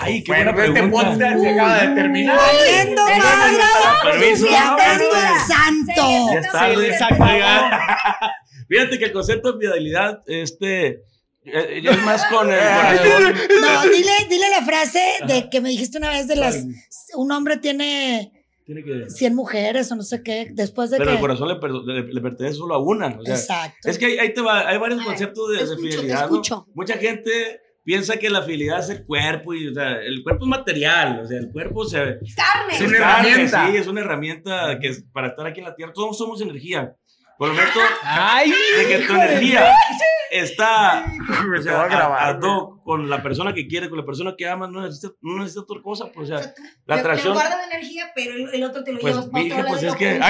Speaker 5: Ay, qué
Speaker 6: bueno,
Speaker 5: buena
Speaker 6: este
Speaker 5: pregunta.
Speaker 6: podcast se acaba de terminar.
Speaker 1: Valiendo
Speaker 7: Uy,
Speaker 1: madre.
Speaker 5: Permiso.
Speaker 1: Y atento el
Speaker 4: Sí,
Speaker 1: santo.
Speaker 5: Ya está, güey.
Speaker 3: les acabó.
Speaker 5: [LAUGHS] Fíjate que el concepto de fidelidad, este, eh, es más con el corazón.
Speaker 1: No, dile, dile la frase de que me dijiste una vez de las. Un hombre tiene
Speaker 5: Tiene que-
Speaker 1: 100 mujeres o no sé qué. Después de
Speaker 5: pero el
Speaker 1: que.
Speaker 5: corazón le, perdo- le- le pertenece solo a una. o sea,
Speaker 1: Exacto.
Speaker 5: es que ahí, ahí te va, hay varios
Speaker 7: A ver,
Speaker 5: conceptos de,
Speaker 7: te
Speaker 5: de
Speaker 7: escucho, te
Speaker 5: fidelidad. ¿no?
Speaker 7: escucho.
Speaker 5: Mucha gente piensa que la fidelidad es el cuerpo y, o sea, el cuerpo es material, o sea, el cuerpo se,
Speaker 6: Es
Speaker 7: Carmen.
Speaker 6: una
Speaker 5: Claro que
Speaker 6: herramienta.
Speaker 5: Sí, es una herramienta que es para estar aquí en la Tierra. Todos somos energía. Por lo menos
Speaker 3: Ay,
Speaker 5: de que tu
Speaker 3: hijo de-
Speaker 5: energía está o
Speaker 6: Me
Speaker 5: sea,
Speaker 6: te voy a
Speaker 5: a-
Speaker 6: grabar.
Speaker 5: a
Speaker 6: güey.
Speaker 5: todo, con la persona que quieres, con la persona que amas. No necesitas, no necesitas otra cosa. Pues, o sea, la
Speaker 4: Te-
Speaker 5: atracción.
Speaker 4: Te guardas energía, pero el, el otro te lo
Speaker 5: Pues,
Speaker 4: llevas para
Speaker 5: dije,
Speaker 4: otro
Speaker 5: pues
Speaker 4: lado.
Speaker 5: es que.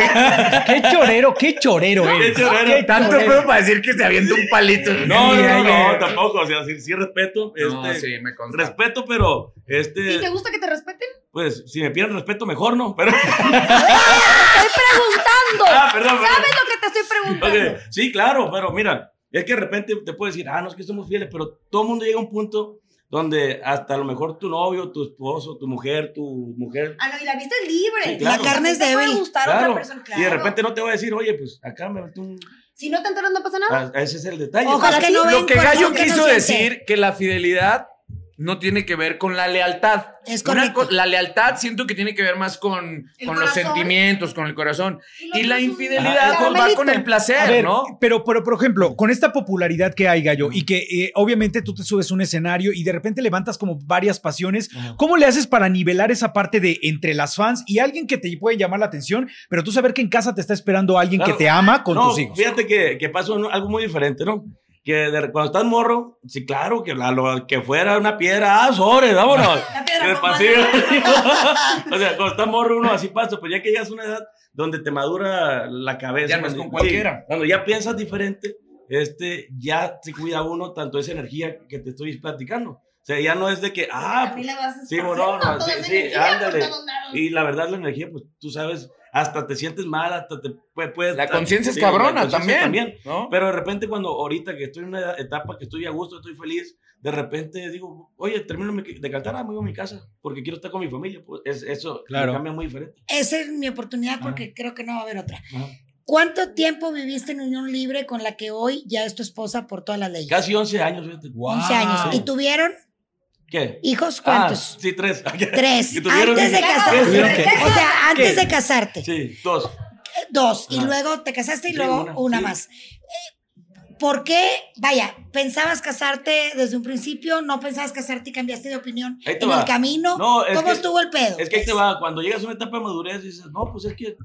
Speaker 3: Qué chorero, qué chorero
Speaker 5: Qué
Speaker 3: eres.
Speaker 5: chorero.
Speaker 3: Qué
Speaker 6: Tanto
Speaker 3: chorero.
Speaker 6: fue para decir que se avienta un palito.
Speaker 5: no, no, no,
Speaker 6: Mira,
Speaker 5: tampoco. O sea, sí, sí respeto.
Speaker 6: güey. No,
Speaker 5: este,
Speaker 6: sí, me consta.
Speaker 5: Respeto, pero
Speaker 7: ¿Y te
Speaker 5: este,
Speaker 7: gusta que te respeten?
Speaker 5: pues si me piden respeto, mejor no. Pero, [LAUGHS]
Speaker 7: Estoy preguntando.
Speaker 5: ah, perdón, perdón.
Speaker 7: ¿Sabes lo que te estoy preguntando?
Speaker 5: Ok, Sí, claro, pero mira, es que de repente te puedes decir, ah, no, es que somos fieles, pero todo el mundo llega a un punto donde hasta a lo mejor tu novio, tu esposo, tu mujer, tu mujer,
Speaker 4: Ah, no, y la vista es libre.
Speaker 5: Sí,
Speaker 1: La
Speaker 5: claro.
Speaker 1: carne es
Speaker 7: Te puede
Speaker 1: débil.
Speaker 7: gustar otra
Speaker 5: Claro.
Speaker 7: persona,
Speaker 5: y de
Speaker 7: claro.
Speaker 5: repente no te va a decir, oye, pues acá me metí un...
Speaker 7: Si no te enteras, no pasa nada.
Speaker 5: Ah, Ese es el detalle.
Speaker 1: Ojalá que no
Speaker 2: Lo
Speaker 1: ven
Speaker 2: que
Speaker 1: corazón
Speaker 2: Gallo
Speaker 1: que no
Speaker 2: quiso
Speaker 1: siente.
Speaker 2: decir que la fidelidad no tiene que ver con la lealtad.
Speaker 1: Es
Speaker 2: Una
Speaker 1: correcto.
Speaker 2: co- la lealtad siento que tiene que ver más con,
Speaker 4: El
Speaker 2: con los
Speaker 4: corazón.
Speaker 2: sentimientos, con el corazón. Y la
Speaker 5: Ajá,
Speaker 2: infidelidad
Speaker 5: es
Speaker 2: pues, va
Speaker 7: caramelito.
Speaker 2: con el placer,
Speaker 3: A ver,
Speaker 2: ¿no?
Speaker 3: pero, pero por ejemplo, con esta popularidad que hay, Gallo, y que eh, obviamente tú te subes a un escenario y de repente levantas como varias pasiones,
Speaker 5: Ajá.
Speaker 3: ¿cómo le haces para nivelar esa parte de entre las fans y alguien que te puede llamar la atención, pero tú saber que en casa te está esperando alguien
Speaker 5: Claro.
Speaker 3: que te ama con
Speaker 5: No,
Speaker 3: tus hijos?
Speaker 5: fíjate que, que pasó un- algo muy diferente, ¿no? Que de- cuando estás morro, sí, claro, que, la- lo- que fuera una piedra, ah, sobre, vámonos.
Speaker 4: La piedra
Speaker 5: En el
Speaker 4: no
Speaker 5: pasillo.
Speaker 4: mata.
Speaker 5: [LAUGHS] o sea, cuando está morro uno así pasa, pues ya que llegas a una edad donde te madura la cabeza.
Speaker 2: Ya no es
Speaker 5: cuando-
Speaker 2: con cualquiera.
Speaker 5: sí, cuando ya piensas diferente, este, ya se cuida uno tanto esa energía que te estoy platicando. O sea, ya no es de que, ah,
Speaker 4: A mí la vas a
Speaker 5: Sí,
Speaker 4: esparcir
Speaker 5: bueno,
Speaker 4: con
Speaker 5: no,
Speaker 4: toda
Speaker 5: sí,
Speaker 4: esa
Speaker 5: sí,
Speaker 4: energía por
Speaker 5: ándale.
Speaker 4: todos lados.
Speaker 5: y la verdad la energía, pues tú sabes, hasta te sientes mal, hasta te pu- puedes...
Speaker 2: La conciencia es
Speaker 5: sí,
Speaker 2: cabrona
Speaker 5: la conciencia
Speaker 2: también.
Speaker 5: también.
Speaker 2: ¿no?
Speaker 5: Pero de repente cuando ahorita que estoy en una etapa que estoy a gusto, estoy feliz, de repente digo, oye, termino mi- de cantar, ah, me voy a mi casa, porque quiero estar con mi familia. Pues es, eso
Speaker 3: Claro.
Speaker 5: me cambia muy diferente.
Speaker 1: Esa es mi oportunidad porque creo que no va a haber otra.
Speaker 5: Ajá.
Speaker 1: ¿Cuánto tiempo viviste en unión libre con la que hoy ya es tu esposa por todas las leyes?
Speaker 5: Casi 11 años, fíjate.
Speaker 1: 11 años. ¿Y tuvieron
Speaker 5: ¿Qué?
Speaker 1: hijos
Speaker 5: Ah,
Speaker 1: cuántos?
Speaker 5: sí, tres. [LAUGHS]
Speaker 1: Tres.
Speaker 5: ¿Y tuvieron
Speaker 1: Antes de
Speaker 5: hijos?
Speaker 1: casarte.
Speaker 3: ¿Tuvieron qué?
Speaker 1: O sea, antes
Speaker 3: ¿Qué?
Speaker 1: de casarte.
Speaker 5: Sí, dos.
Speaker 1: Dos. Y
Speaker 5: Ajá.
Speaker 1: luego te casaste y
Speaker 5: Sí,
Speaker 1: luego una,
Speaker 5: una, sí.
Speaker 1: más. Eh, ¿Por qué? Vaya, ¿pensabas casarte desde un principio? ¿No pensabas casarte y cambiaste de opinión
Speaker 5: Ahí te
Speaker 1: en
Speaker 5: va.
Speaker 1: el camino?
Speaker 5: No, es
Speaker 1: ¿Cómo
Speaker 5: que-
Speaker 1: estuvo el pedo?
Speaker 5: Es que ahí te va, cuando llegas a una etapa de madurez, dices, no, pues es que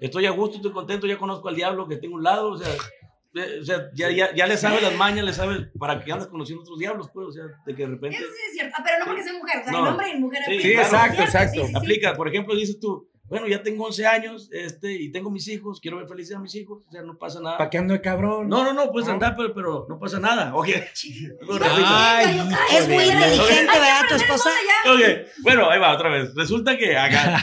Speaker 5: estoy a gusto, estoy contento, ya conozco al diablo que tengo a un lado, o sea, eh, o sea, ya, ya, ya le sabes las mañas, le sabes para que andas conociendo otros diablos, pues, o sea, de que de repente...
Speaker 4: Eso sí es cierto. Ah, pero no porque sea mujer. O sea,
Speaker 5: No.
Speaker 4: en hombre y en mujer.
Speaker 5: Sí,
Speaker 4: aplica.
Speaker 5: sí, exacto,
Speaker 4: ¿Cierto?
Speaker 2: exacto.
Speaker 4: Sí, sí, sí.
Speaker 5: aplica. Por ejemplo, dices tú, bueno, ya tengo 11 años este, y tengo mis hijos, quiero ver felices a mis hijos, o sea, no pasa nada.
Speaker 2: ¿Para qué ando de cabrón?
Speaker 5: No, no, no, puedes andar, pero, pero no pasa nada. Ok. Lo repito.
Speaker 4: Ah.
Speaker 3: Ay,
Speaker 4: Ay,
Speaker 3: hijo
Speaker 1: Es muy
Speaker 3: de-
Speaker 1: inteligente, ¿verdad? Tu esposa.
Speaker 5: Ok, bueno, ahí va otra vez. Resulta que acá,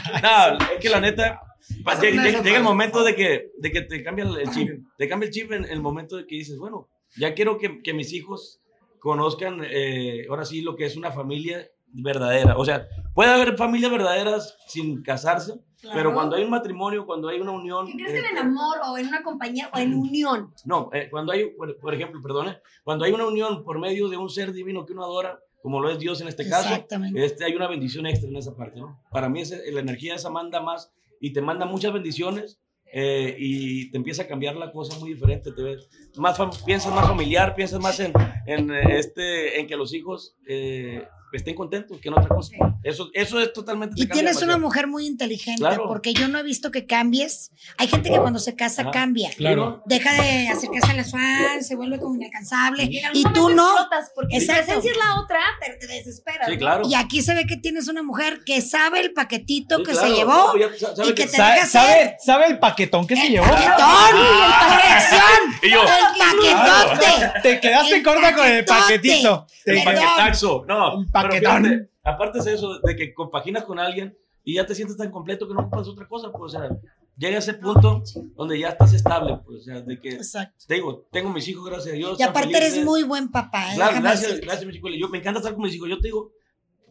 Speaker 5: no, es que la neta, pa- lleg- lleg- llega, el momento de que, de que te cambia el chip. Te cambia el chip en el momento de que dices, bueno, ya quiero que, que mis hijos conozcan eh, ahora sí lo que es una familia verdadera. O sea, puede haber familias verdaderas sin casarse,
Speaker 4: Claro.
Speaker 5: pero cuando hay un matrimonio, cuando hay una unión.
Speaker 4: ¿Qué crees que en el
Speaker 5: eh,
Speaker 4: amor o en una compañía o en un
Speaker 7: Unión.
Speaker 5: no, eh, cuando hay, por, por ejemplo, perdone, cuando hay una unión por medio de un ser divino que uno adora, como lo es Dios en este caso,
Speaker 1: Exactamente.
Speaker 5: este, hay una bendición extra en esa parte, ¿no? Para mí ese- la energía esa manda más y te manda muchas bendiciones eh, y te empieza a cambiar la cosa muy diferente, te ves más fam- piensas más familiar, piensas más en, en, eh, este, en que los hijos eh, estén contentos, que no otra cosa. Eso, eso es totalmente. te
Speaker 1: Y
Speaker 5: cambia
Speaker 1: tienes una
Speaker 5: demasiado.
Speaker 1: mujer muy inteligente,
Speaker 5: Claro.
Speaker 1: porque yo no he visto que cambies. Hay gente que cuando se casa
Speaker 5: Ajá.
Speaker 1: cambia.
Speaker 3: Claro.
Speaker 1: Deja de acercarse a las fans, se vuelve como inalcanzable.
Speaker 4: En algún
Speaker 1: Y tú
Speaker 4: momento
Speaker 1: no.
Speaker 4: explotas, porque si tu
Speaker 1: Exacto.
Speaker 4: esencia es la otra, te, te desesperas.
Speaker 5: Sí,
Speaker 4: ¿no?
Speaker 5: claro.
Speaker 1: Y aquí se ve que tienes una mujer que sabe el paquetito
Speaker 5: Sí,
Speaker 1: que
Speaker 5: claro.
Speaker 1: se llevó.
Speaker 5: No, ya sa- sabe
Speaker 1: y que
Speaker 5: que-
Speaker 1: te
Speaker 3: ¿Sabe,
Speaker 1: deja
Speaker 3: sabe,
Speaker 1: ser.
Speaker 3: sabe el paquetón que se llevó?
Speaker 1: ¡Paquetón! ¡Corrección!
Speaker 6: Y yo,
Speaker 1: ¡El paquetote!
Speaker 3: Te quedaste
Speaker 1: El
Speaker 3: corta con el
Speaker 1: paquetote.
Speaker 3: paquetito. Te-
Speaker 5: El
Speaker 1: Perdón.
Speaker 5: paquetaxo. No,
Speaker 3: El
Speaker 5: pero
Speaker 3: paquetón.
Speaker 5: fíjate, aparte es eso, de que compaginas con alguien y ya te sientes tan completo que no ocupas otra cosa. Pues, o sea, llega ese punto donde ya estás estable. Pues, o sea, de que,
Speaker 1: Exacto.
Speaker 5: te digo, tengo mis hijos, gracias a Dios.
Speaker 1: Y
Speaker 5: están
Speaker 1: aparte
Speaker 5: felices.
Speaker 1: eres muy buen papá. ¿eh?
Speaker 5: Claro,
Speaker 1: Déjame
Speaker 5: gracias,
Speaker 1: decirte.
Speaker 5: gracias, mis hijos. Yo me encanta estar con mis hijos. Yo te digo,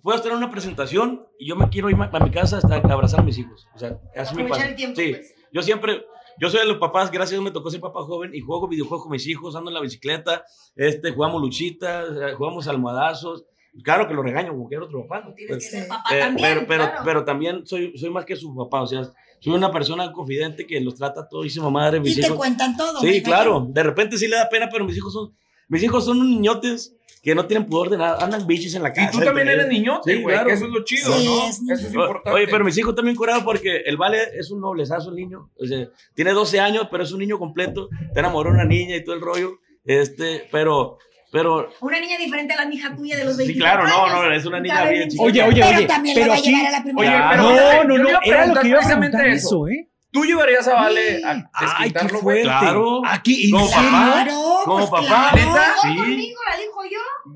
Speaker 5: puedo estar en una presentación y yo me quiero ir ma- a mi casa hasta abrazar a mis hijos. O sea, así me
Speaker 4: Aprovechar
Speaker 5: pasa.
Speaker 4: el tiempo.
Speaker 5: Sí,
Speaker 4: pues.
Speaker 5: yo siempre, yo soy de los papás, gracias a Dios me tocó ser papá joven y juego videojuegos con mis hijos, ando en la bicicleta, este, jugamos luchitas, eh, jugamos almohadazos. Claro que lo regaño como cualquier otro papá. ¿no?
Speaker 4: Tienes
Speaker 5: Pues,
Speaker 4: que
Speaker 1: sí.
Speaker 4: ser papá
Speaker 5: eh,
Speaker 4: también.
Speaker 5: pero, pero,
Speaker 4: claro.
Speaker 5: pero también soy, soy más que su papá, o sea, soy una persona confidente que los trata todísimo madre, mis
Speaker 1: Y te
Speaker 5: hijos.
Speaker 1: cuentan todo. me
Speaker 5: Sí,
Speaker 1: imagino.
Speaker 5: claro, de repente sí le da pena, pero mis hijos son, mis hijos son unos niñotes que no tienen pudor de nada, andan bichis en la
Speaker 6: y
Speaker 5: casa.
Speaker 6: tú también eres
Speaker 5: entre ellos.
Speaker 6: niñote,
Speaker 5: Sí,
Speaker 6: güey.
Speaker 5: claro.
Speaker 6: que Eso es lo chido,
Speaker 1: Sí,
Speaker 6: ¿no?
Speaker 1: es
Speaker 6: Eso es
Speaker 5: O-
Speaker 6: importante.
Speaker 5: Oye, pero mis hijos también curado porque el Vale es un noblezazo el niño. O sea, tiene 12 años, pero es un niño completo. Te enamoró una niña y todo el rollo. Este, pero, pero,
Speaker 4: Una niña diferente a la hija tuya de los
Speaker 5: Sí,
Speaker 4: 20.
Speaker 5: claro, no, no, es una niña bien chiquita.
Speaker 3: Oye, oye,
Speaker 1: Pero
Speaker 3: oye.
Speaker 1: también
Speaker 3: pero
Speaker 1: la va a
Speaker 3: aquí-
Speaker 1: llevar a la
Speaker 6: Oye,
Speaker 1: primera.
Speaker 6: pero-
Speaker 3: no,
Speaker 6: fíjate,
Speaker 3: no,
Speaker 6: yo le
Speaker 3: no.
Speaker 6: iba a
Speaker 3: Era lo que iba a
Speaker 6: preguntar
Speaker 3: preguntar
Speaker 6: eso.
Speaker 3: eso, ¿eh?
Speaker 6: ¿Tú llevarías a Vale a
Speaker 3: Ay, qué
Speaker 6: desquitarlo,
Speaker 3: fuerte. Ah,
Speaker 6: güey?
Speaker 5: Claro.
Speaker 3: Aquí,
Speaker 5: Como
Speaker 3: ¿en serio?
Speaker 5: papá.
Speaker 1: Claro,
Speaker 5: Como
Speaker 1: pues
Speaker 5: papá,
Speaker 1: claro.
Speaker 6: neta.
Speaker 4: Voy
Speaker 5: Sí.
Speaker 4: conmigo, la dijo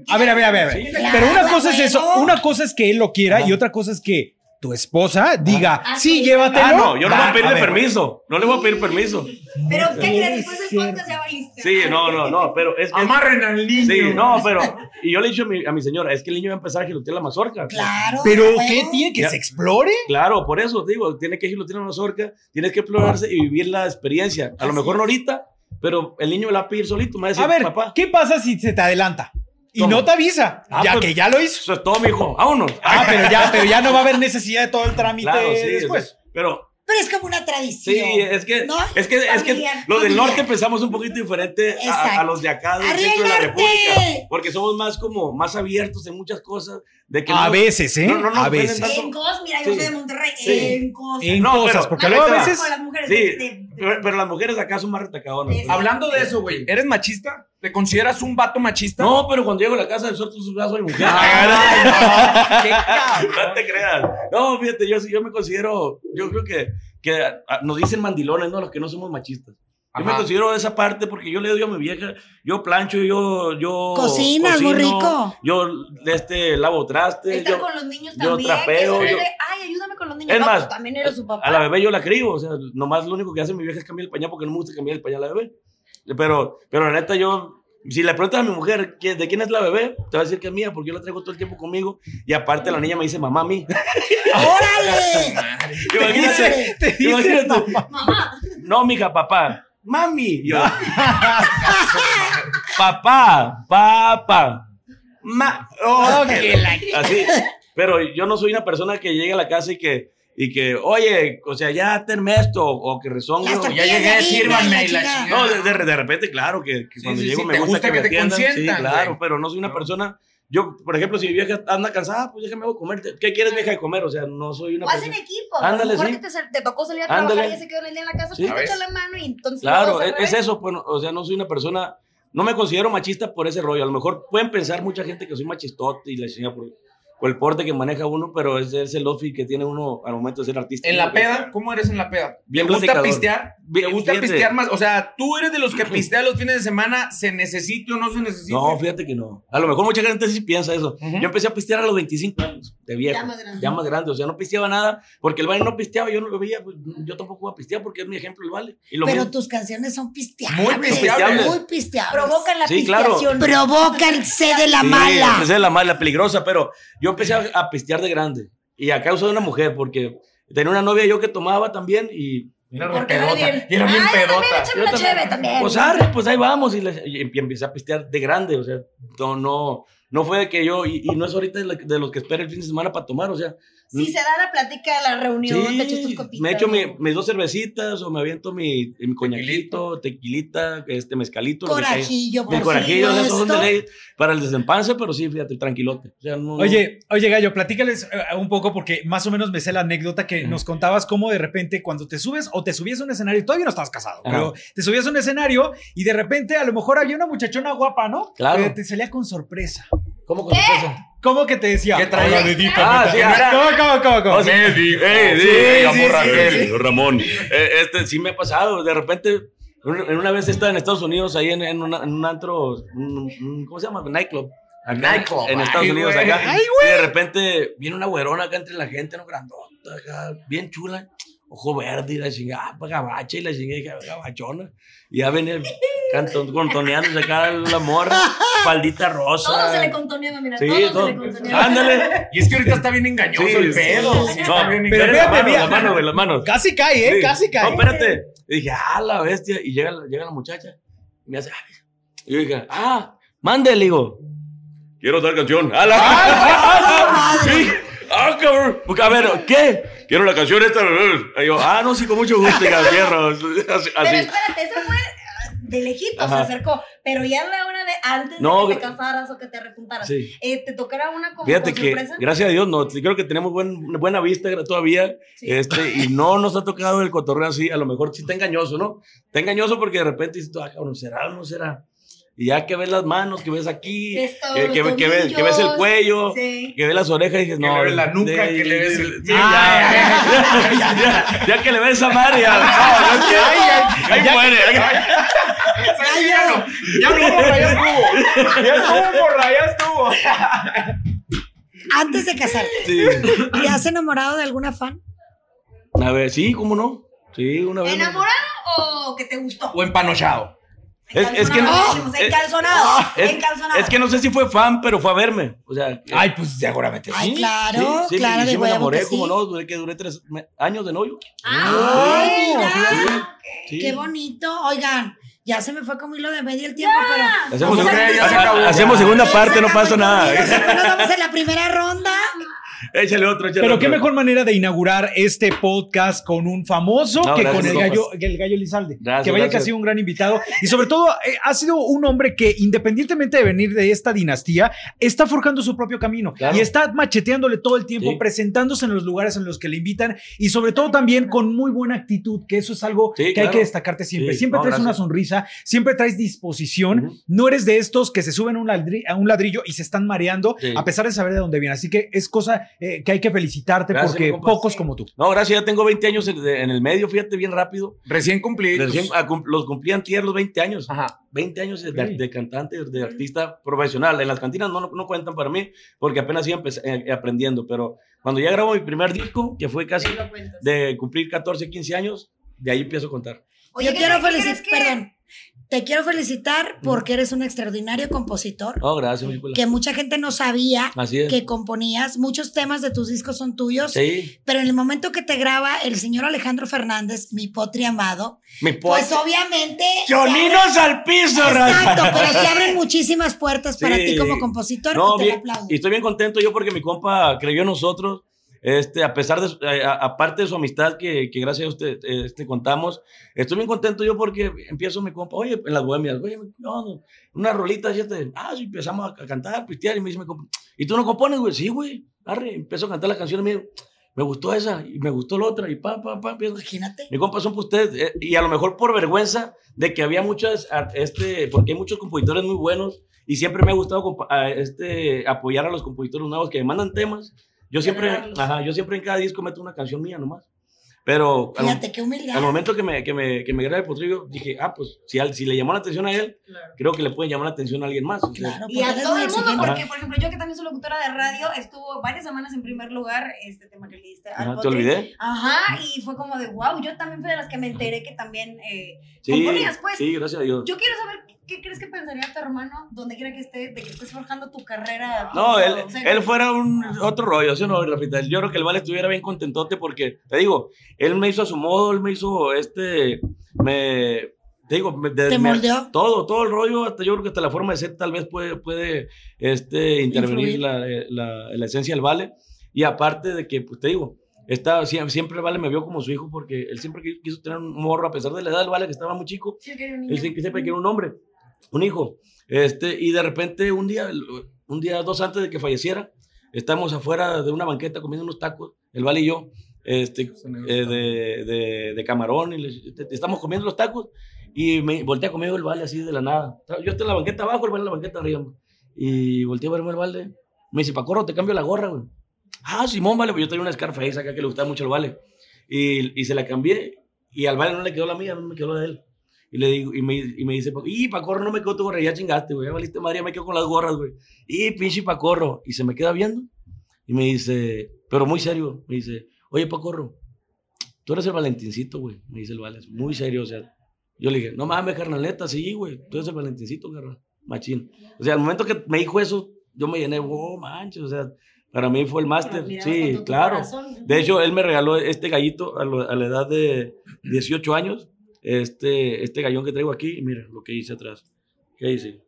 Speaker 4: yo.
Speaker 3: A ver, a ver, a ver. a ver.
Speaker 5: Sí.
Speaker 1: Claro,
Speaker 3: Pero una
Speaker 1: a
Speaker 3: cosa es eso,
Speaker 1: huevo.
Speaker 3: una cosa es que él lo quiera
Speaker 5: Ajá.
Speaker 3: y otra cosa es que tu esposa diga,
Speaker 4: Ah,
Speaker 3: sí,
Speaker 4: sí.
Speaker 3: llévatelo.
Speaker 5: Ah, no, yo no voy
Speaker 3: Va,
Speaker 5: a pedirle
Speaker 3: ver.
Speaker 5: permiso. No le voy a pedir permiso.
Speaker 4: Pero, ¿qué crees?
Speaker 3: Sí,
Speaker 4: Después del
Speaker 3: sí.
Speaker 4: podcast ya valiste.
Speaker 5: Sí, no, no, no, pero es que.
Speaker 6: Amarren al niño.
Speaker 5: Sí, no, pero. Y yo le he dicho a mi, a mi señora, es que el niño va a empezar a gilotear la mazorca.
Speaker 1: Claro.
Speaker 3: Pero
Speaker 1: a
Speaker 3: ¿qué
Speaker 1: huevo.
Speaker 3: tiene? ¿Que
Speaker 5: Ya.
Speaker 3: se explore?
Speaker 5: Claro, por eso te digo, tiene que gilotear la mazorca, tienes que explorarse y vivir la experiencia. A lo
Speaker 1: Así
Speaker 5: mejor
Speaker 1: es.
Speaker 5: no ahorita, pero el niño la va a pedir solito. Me va a decir,
Speaker 3: A ver,
Speaker 5: papá.
Speaker 3: ¿qué pasa si se te adelanta? Y
Speaker 5: ¿Cómo?
Speaker 3: no te avisa,
Speaker 5: Ah,
Speaker 3: ya
Speaker 5: pues-
Speaker 3: que ya lo hizo.
Speaker 5: Eso es todo, mijo. Vámonos.
Speaker 3: Ah, pero ya, pero ya no va a haber necesidad de todo el trámite después.
Speaker 5: Pero
Speaker 1: Pero es como una
Speaker 5: sí,
Speaker 1: tradición.
Speaker 5: es que,
Speaker 1: ¿No?
Speaker 5: es que, es que
Speaker 4: Familiar,
Speaker 5: los del
Speaker 4: familiar.
Speaker 5: norte pensamos un poquito diferente a- a,
Speaker 1: Exacto.
Speaker 5: los de acá del
Speaker 1: ¡Arriba
Speaker 5: centro de la
Speaker 1: el norte!
Speaker 5: república. Porque somos más como, más abiertos en muchas cosas. De que
Speaker 3: A
Speaker 5: no-
Speaker 3: veces, ¿eh?
Speaker 5: No, no, no,
Speaker 3: a
Speaker 5: pero en
Speaker 3: veces.
Speaker 5: tanto-
Speaker 4: En cos, mira, yo
Speaker 5: Sí.
Speaker 4: soy de Monterrey.
Speaker 5: Sí.
Speaker 4: En cos.
Speaker 3: En
Speaker 5: No,
Speaker 3: cosas,
Speaker 5: pero-
Speaker 3: porque
Speaker 5: ahí
Speaker 3: luego
Speaker 5: te
Speaker 3: a
Speaker 5: va.
Speaker 3: veces...
Speaker 4: Con las mujeres
Speaker 5: Sí,
Speaker 4: de- de-
Speaker 5: Pero, pero las mujeres acá son más retacadonas. pues.
Speaker 6: Hablando de eso, güey, ¿eres machista? ¿Te consideras un vato machista?
Speaker 5: No, pero cuando llego a la casa de suelto su brazo de mujer.
Speaker 3: Ah,
Speaker 6: Qué cabrón.
Speaker 5: [LAUGHS] No te creas. No, fíjate, yo, sí- yo me considero, yo creo que, que ah, nos dicen mandilones, ¿no? Los que no somos machistas. Yo me
Speaker 6: Ajá.
Speaker 5: considero de esa parte porque yo le doy a mi vieja, yo plancho, yo... yo
Speaker 1: Cocinas, muy
Speaker 5: cocino,
Speaker 1: rico.
Speaker 5: Yo este, lavo trastes.
Speaker 4: Estar
Speaker 5: yo-
Speaker 4: con los niños
Speaker 5: yo
Speaker 4: también.
Speaker 5: trapeo,
Speaker 4: que eso
Speaker 5: yo-
Speaker 4: es de, Ay, ayúdame con los niños.
Speaker 5: Es
Speaker 4: No,
Speaker 5: más,
Speaker 4: pues, también eres su papá.
Speaker 5: a la bebé yo la crío, o sea, nomás lo único que hace mi vieja es cambiar el pañal porque no me gusta cambiar el pañal a la bebé. Pero, pero la neta yo... Si le preguntas a mi mujer "¿Qui- de quién es la bebé, te va a decir que es mía porque yo la traigo todo el tiempo conmigo y aparte la niña me dice mamá a mí. [LAUGHS]
Speaker 1: ¡Órale!
Speaker 5: Imagínate,
Speaker 3: Te dice,
Speaker 5: imagínate. [LAUGHS]
Speaker 3: mamá.
Speaker 4: Mamá.
Speaker 5: No, mija, papá. Mami. Yo. [LAUGHS] papá, papá. Ma. Oh, que la- Así. Pero yo no soy una persona que llega a la casa y que, y que oye, o sea, ya terminé esto, o que rezongo.
Speaker 1: Las
Speaker 5: o
Speaker 1: tortillas
Speaker 5: ya
Speaker 1: de
Speaker 5: llegué a
Speaker 1: harina
Speaker 5: decir,
Speaker 1: y la
Speaker 6: sírvanme y la
Speaker 1: chingada.
Speaker 5: no, de, de- de repente, claro, que, que
Speaker 6: Sí,
Speaker 5: cuando
Speaker 6: sí,
Speaker 5: llego
Speaker 6: sí,
Speaker 5: me
Speaker 6: te
Speaker 5: gusta,
Speaker 6: gusta
Speaker 5: que,
Speaker 6: que
Speaker 5: me
Speaker 6: te
Speaker 5: atiendan. Sí,
Speaker 6: consientan,
Speaker 5: claro,
Speaker 6: güey.
Speaker 5: pero no soy una
Speaker 6: No.
Speaker 5: persona. Yo, por ejemplo, si mi vieja anda cansada, pues déjame voy a comer. ¿Qué quieres, vieja, de comer? O sea, no soy una
Speaker 4: O hacen
Speaker 5: persona.
Speaker 4: equipo.
Speaker 5: Ándale,
Speaker 4: a lo mejor
Speaker 5: sí.
Speaker 4: que te, sal- te tocó salir a trabajar
Speaker 5: Ándale.
Speaker 4: y ya se quedó en el día en la casa.
Speaker 5: Sí.
Speaker 4: Pues
Speaker 6: A
Speaker 4: te echa
Speaker 6: ver.
Speaker 4: la mano y entonces.
Speaker 5: Claro,
Speaker 4: todos al
Speaker 5: es, es
Speaker 4: revés.
Speaker 5: eso, pues, no, o sea, no soy una persona, no me considero machista por ese rollo. A lo mejor pueden pensar mucha gente que soy machistote y la chinga por, por el porte que maneja uno, pero es, es el outfit que tiene uno al momento de ser artista.
Speaker 6: En la peda, ¿cómo eres en la peda?
Speaker 5: Bien
Speaker 6: ¿Te gusta
Speaker 5: platicador.
Speaker 6: pistear?
Speaker 5: Bien,
Speaker 6: ¿Te gusta
Speaker 5: fíjate.
Speaker 6: pistear más? O sea, tú eres de los que pistea los fines de semana, se necesite o no se necesite.
Speaker 5: No, fíjate que no. A lo mejor mucha gente sí piensa eso.
Speaker 6: Ujú.
Speaker 5: Yo empecé a pistear a los 25 años, de viejo.
Speaker 4: Ya más grande.
Speaker 5: Ya más grande, o sea, no pisteaba nada, porque el vale no pisteaba, yo no lo veía, pues, yo tampoco iba a pistear porque es mi ejemplo el vale. Y lo
Speaker 1: Pero
Speaker 5: mismo-
Speaker 1: tus canciones son pisteables.
Speaker 6: Muy pisteables.
Speaker 1: Muy pisteables.
Speaker 4: Provocan la
Speaker 5: Sí, claro.
Speaker 4: pisteación.
Speaker 1: Provoca el C de la
Speaker 5: Sí, pues,
Speaker 1: mala.
Speaker 5: Empecé de la mala, peligrosa, pero yo empecé a, a pistear de grande. Y a causa de una mujer, porque tenía una novia yo que tomaba también y...
Speaker 6: Mira,
Speaker 4: Porque
Speaker 6: bien pedota.
Speaker 4: era bien-
Speaker 6: Y era bien
Speaker 4: Ay,
Speaker 6: pedota.
Speaker 4: Échame una chévere también.
Speaker 5: Pues arre, pues ahí vamos. Y, le- y em- y empecé a pistear de grande, o sea, no, no, no fue de que yo... Y, y no es ahorita de, la- de los que espera el fin de semana para tomar, o sea,
Speaker 7: Si se da la plática, la reunión, te echas tus copitas.
Speaker 5: me echo mi-
Speaker 7: ¿no?
Speaker 5: mis dos cervecitas o me aviento mi, mi coñaquito, tequilita, este mezcalito. lo que caiga.
Speaker 1: Corajillo, por
Speaker 5: Mi corajillo, esos son de
Speaker 1: supuesto.
Speaker 5: ley para el desempance, pero sí, fíjate, tranquilote. O sea, no-
Speaker 3: Oye, oye Gallo, platícales eh, un poco porque más o menos me sé la anécdota que nos contabas cómo de repente cuando te subes o te subías a un escenario, todavía no estabas casado,
Speaker 5: Ajá.
Speaker 3: pero te subías a un escenario y de repente a lo mejor había una muchachona guapa, ¿no?
Speaker 5: Claro.
Speaker 3: Que te salía con sorpresa.
Speaker 5: no, ¿cómo con sorpresa?
Speaker 3: ¿Cómo que te decía?
Speaker 2: ¿Qué traía?
Speaker 3: Hola, dedito,
Speaker 5: Ah, sí,
Speaker 3: ¿Cómo,
Speaker 5: era-
Speaker 3: cómo, cómo, cómo?
Speaker 5: O sea,
Speaker 8: Eh,
Speaker 5: Sí,
Speaker 8: me
Speaker 5: sí,
Speaker 8: llamo
Speaker 5: sí,
Speaker 8: Raquel, Ramón.
Speaker 5: Eh, este sí me ha pasado. De repente, un- en una vez estaba en Estados Unidos, ahí en, en una- en un antro, un- un- ¿cómo se llama? Nightclub. Acá,
Speaker 2: Nightclub,
Speaker 5: En
Speaker 2: ay,
Speaker 5: Estados Unidos,
Speaker 2: güey.
Speaker 5: acá.
Speaker 2: Ay,
Speaker 5: Y de repente viene una güerona acá entre la gente, no grandota, acá, bien chula. Ojo verde y la chingada, pa, gabacha y la chingada, y dije, "Ah, gabachona. Y ya venía canton, contoneándose acá la morra, faldita rosa.
Speaker 4: Todo se le contoneaba, mira,
Speaker 5: Sí,
Speaker 4: todo,
Speaker 5: todo.
Speaker 4: se le contoneaba.
Speaker 5: Ándale.
Speaker 2: Y es que ahorita está bien engañoso
Speaker 5: Sí,
Speaker 2: el
Speaker 5: sí.
Speaker 2: pedo. sí,
Speaker 5: No,
Speaker 2: está bien
Speaker 3: pero
Speaker 5: la
Speaker 3: fíjate,
Speaker 5: mano,
Speaker 3: mira.
Speaker 5: la mano, güey, las manos.
Speaker 3: Casi cae, ¿eh?
Speaker 5: Sí.
Speaker 3: Casi
Speaker 5: No,
Speaker 3: cae.
Speaker 5: espérate. Y dije, ah, la bestia. Y llega, la- llega la muchacha. Y me hace, ah. Y yo dije, ah, mande, le digo.
Speaker 8: Quiero otra canción. ¡Ah, la- [LAUGHS]
Speaker 5: Ah, sí. Ah, cabrón. Porque, a ver, ¿qué?
Speaker 8: Quiero la canción esta.
Speaker 5: Y yo, ah, no, sí, con mucho gusto. Y la
Speaker 8: [LAUGHS]
Speaker 5: cierro. Así.
Speaker 4: Pero
Speaker 5: así.
Speaker 4: espérate, eso fue ah, de lejitos,
Speaker 5: Ajá.
Speaker 4: se acercó. Pero ya a la hora de antes
Speaker 5: No,
Speaker 4: de que
Speaker 5: gra-
Speaker 4: te casaras o que te rejuntaras,
Speaker 5: Sí.
Speaker 4: eh, te tocara una como
Speaker 5: Fíjate
Speaker 4: con
Speaker 5: que,
Speaker 4: sorpresa.
Speaker 5: gracias a Dios, no, creo que tenemos buen, buena vista gra- todavía,
Speaker 4: Sí.
Speaker 5: este, y no nos ha tocado el cotorreo así, a lo mejor sí está engañoso, ¿no? Está engañoso porque de repente dices, tú, ah, cabrón, ¿será o no será? Y ya que ves las manos, que ves aquí, eh,
Speaker 4: Ves todos
Speaker 5: que,
Speaker 4: los
Speaker 5: que- que ves, que ves el
Speaker 4: tobillos.
Speaker 5: cuello,
Speaker 4: Sí.
Speaker 5: que ve las orejas y dices,
Speaker 2: Que
Speaker 5: no.
Speaker 2: le ve la nuca, que le ves el-
Speaker 5: Sí,
Speaker 2: Ah,
Speaker 5: ya, [LAUGHS] ya, ya, ya que le ves a María. No, no, ya, ya, ahí muere.
Speaker 2: Ay, ya no. Ya no, morra, ya estuvo. Ya estuvo, morra, ya estuvo.
Speaker 1: Antes de casarte,
Speaker 5: Sí.
Speaker 1: ¿te has enamorado de alguna fan?
Speaker 5: A ver, sí, ¿cómo no? Sí, una vez. ¿no?
Speaker 4: ¿Enamorado o que te gustó?
Speaker 2: O empanochado.
Speaker 5: Es- es que no-
Speaker 4: Encalzonado,
Speaker 5: es- ah,
Speaker 4: encalzonado, encalzonado.
Speaker 5: Es que no sé si fue fan, pero fue a verme. O sea, eh,
Speaker 3: Ay, pues seguramente sí.
Speaker 1: Ay, claro,
Speaker 5: sí, sí,
Speaker 1: claro,
Speaker 5: sí,
Speaker 1: de
Speaker 5: me
Speaker 1: huevo
Speaker 5: enamoré,
Speaker 1: que sí.
Speaker 5: como no, duré que duré tres me- años de novio.
Speaker 4: Ah,
Speaker 1: Ay, mira.
Speaker 5: Sí.
Speaker 1: Qué bonito. Oigan, ya se me fue como hilo de medio el tiempo, pero.
Speaker 5: Hacemos,
Speaker 1: Vamos a
Speaker 5: segunda-
Speaker 1: ver, ya se
Speaker 5: ha-
Speaker 2: acabó.
Speaker 5: hacemos segunda parte, no pasa
Speaker 1: Nos
Speaker 5: nada.
Speaker 1: vamos en la primera ronda.
Speaker 5: [LAUGHS]
Speaker 4: [LAUGHS]
Speaker 5: échale otro, échale
Speaker 3: Pero
Speaker 5: otro.
Speaker 3: qué mejor manera de inaugurar este podcast con un famoso
Speaker 5: No,
Speaker 3: que
Speaker 5: gracias,
Speaker 3: con el
Speaker 5: compas.
Speaker 3: gallo, el gallo Lizalde.
Speaker 5: Gracias,
Speaker 3: que vaya que ha
Speaker 5: gracias.
Speaker 3: sido un gran invitado. Y sobre todo, eh, ha sido un hombre que, independientemente de venir de esta dinastía, está forjando su propio camino
Speaker 5: Claro.
Speaker 3: y está macheteándole todo el tiempo,
Speaker 5: Sí.
Speaker 3: presentándose en los lugares en los que le invitan y sobre todo también con muy buena actitud, que eso es algo
Speaker 5: Sí,
Speaker 3: que hay
Speaker 5: claro.
Speaker 3: que destacarte siempre.
Speaker 5: Sí,
Speaker 3: Siempre
Speaker 5: no,
Speaker 3: traes una
Speaker 5: gracias.
Speaker 3: sonrisa, siempre traes disposición.
Speaker 5: Ujú.
Speaker 3: No eres de estos que se suben a un ladri- a un ladrillo y se están mareando,
Speaker 5: Sí.
Speaker 3: a pesar de saber de dónde viene. Así que es cosa eh, que hay que felicitarte
Speaker 5: Gracias,
Speaker 3: porque
Speaker 5: compa.
Speaker 3: pocos como tú.
Speaker 5: No, gracias, ya tengo 20 años en, de- en el medio, fíjate bien rápido.
Speaker 2: Recién cumplí. pues,
Speaker 5: Recién, a cum- los cumplían tier los 20 años.
Speaker 2: Ajá.
Speaker 5: 20 años de,
Speaker 3: pues. Ah. Ok.
Speaker 5: de cantante, de artista profesional. En las cantinas no, no, no cuentan para mí, porque apenas iba empe- eh, aprendiendo. Pero cuando ya grabo mi primer disco, que fue casi
Speaker 4: Sí, lo cuentas.
Speaker 5: de cumplir 14, 15 años, de ahí empiezo a contar.
Speaker 1: Yo
Speaker 4: ¿qué-
Speaker 1: quiero
Speaker 4: qué crees
Speaker 1: felicitar,
Speaker 4: que-
Speaker 1: perdón, te quiero felicitar
Speaker 5: Mm.
Speaker 1: porque eres un extraordinario compositor
Speaker 5: No, gracias, mi Nicolás.
Speaker 1: que mucha gente no sabía
Speaker 5: Así es.
Speaker 1: que componías. Muchos temas de tus discos son tuyos,
Speaker 5: Sí,
Speaker 1: pero en el momento que te graba el señor Alejandro Fernández, mi potri amado,
Speaker 5: mi
Speaker 1: pues
Speaker 5: poeta.
Speaker 1: obviamente... se
Speaker 5: ¡Cholinos al piso,
Speaker 1: abren-
Speaker 5: raza!
Speaker 1: Exacto, pero se
Speaker 5: [LAUGHS]
Speaker 1: abren muchísimas puertas para
Speaker 5: Sí.
Speaker 1: ti como compositor
Speaker 5: No,
Speaker 1: y te
Speaker 5: bien,
Speaker 1: lo aplaudo.
Speaker 5: y estoy bien contento yo porque mi compa creyó en nosotros. Este, a pesar de, su- a- a- aparte de su amistad que, que gracias a usted este, contamos, estoy bien contento yo porque empiezo mi compa, oye, en las bohemias, oye, no, no, una rolita, fíjate, ah, sí, empezamos a, a cantar, a pistear, y me dice mi compa, ¿y tú no compones, güey? Sí, güey, arre, empiezo a cantar las canciones, me, me gustó esa, y me gustó la otra, y pa, pa, pa, empiezo,
Speaker 1: Imagínate.
Speaker 5: mi compa son pues ustedes, eh, y a lo mejor por vergüenza de que había muchas, ar- este, porque hay muchos compositores muy buenos, y siempre me ha gustado compa- a, este, apoyar a los compositores nuevos que me mandan temas. Yo siempre,
Speaker 4: Agarrarlos.
Speaker 5: ajá, yo siempre en cada disco meto una canción mía nomás. Pero al,
Speaker 1: Fíjate, qué humildad.
Speaker 5: al momento que me, que me, que me grabé el potrillo, dije, ah, pues si, al- si le llamó la atención a él,
Speaker 4: Claro. Oh,
Speaker 5: creo que le puede llamar la atención a alguien más. O sea,
Speaker 1: Claro,
Speaker 4: Y
Speaker 1: porque
Speaker 4: a
Speaker 1: eres
Speaker 4: todo
Speaker 1: muy
Speaker 4: el mundo,
Speaker 1: exigente.
Speaker 4: porque, por ejemplo, yo que también soy locutora de radio, estuvo varias semanas en primer lugar este tema que le diste al
Speaker 5: ajá, Ah, ¿Te
Speaker 4: Potri.
Speaker 5: olvidé?
Speaker 4: Ajá, y fue como de wow, yo también fui de las que me enteré que también eh,
Speaker 5: Sí,
Speaker 4: componías, pues.
Speaker 5: sí, gracias a Dios.
Speaker 4: Yo quiero saber qué- qué crees que pensaría tu hermano, donde quiera que esté, de que estés forjando tu carrera.
Speaker 5: No,
Speaker 1: Ah,
Speaker 5: él,
Speaker 4: O sea,
Speaker 5: él fuera un otro rollo, ¿sí o no, Rafita? Yo creo que el Vale estuviera bien contentote porque, te digo, él me hizo a su modo, él me hizo este, me, te digo, me, de-
Speaker 1: Te
Speaker 5: me-
Speaker 1: moldeó.
Speaker 5: todo, todo el rollo, hasta yo creo que hasta la forma de ser tal vez puede, puede este, intervenir
Speaker 1: Influir.
Speaker 5: la, la- la esencia del Vale. Y aparte de que, pues te digo, está, sie- siempre el Vale me vio como su hijo porque él siempre qui- quiso tener un morro, a pesar de la edad del Vale que estaba muy chico,
Speaker 4: Sí, que era un niño.
Speaker 5: él sí que siempre quería un hombre, un hijo. Este, y de repente, un día, un día, dos antes de que falleciera, estamos afuera de una banqueta comiendo unos tacos, el Vale y yo, este, eh, de, de, de camarón, y les- te- te- estamos comiendo los tacos, y me voltea conmigo el Vale así de la nada. Yo estoy en la banqueta abajo, el Vale en la banqueta arriba, güey. y volteé a verme el Vale, me dice, Pacorro, te cambio la gorra, güey. Ah, Simón, vale, pues yo tenía una Scarface acá que le gustaba mucho al Vale, y, y se la cambié, y al Vale no le quedó la mía, a mí me quedó la de él. Y le digo, y me, y me dice, Paco, y Pacorro no me quedó tu gorra, ya chingaste, güey, ya valiste madre, ya me quedo con las gorras, güey. Y pinche Pacorro. Y se me queda viendo y me dice, pero muy serio, me dice, oye Pacorro, tú eres el Valentincito, güey. Me dice el Vales, muy serio, o sea. Yo le dije, no mames, carnaleta, sí, güey, tú eres el Valentincito, carnal, machín. O sea, al momento que me dijo eso, yo me llené, wow, manches, o sea, para mí fue el máster.
Speaker 4: Pero mirabas con
Speaker 5: Sí,
Speaker 4: todo tu
Speaker 5: claro.
Speaker 4: corazón.
Speaker 5: De hecho, él me regaló este gallito a, lo- a la edad de 18 años. Este, este gallón que traigo aquí, y mira lo que hice atrás. ¿Qué hice?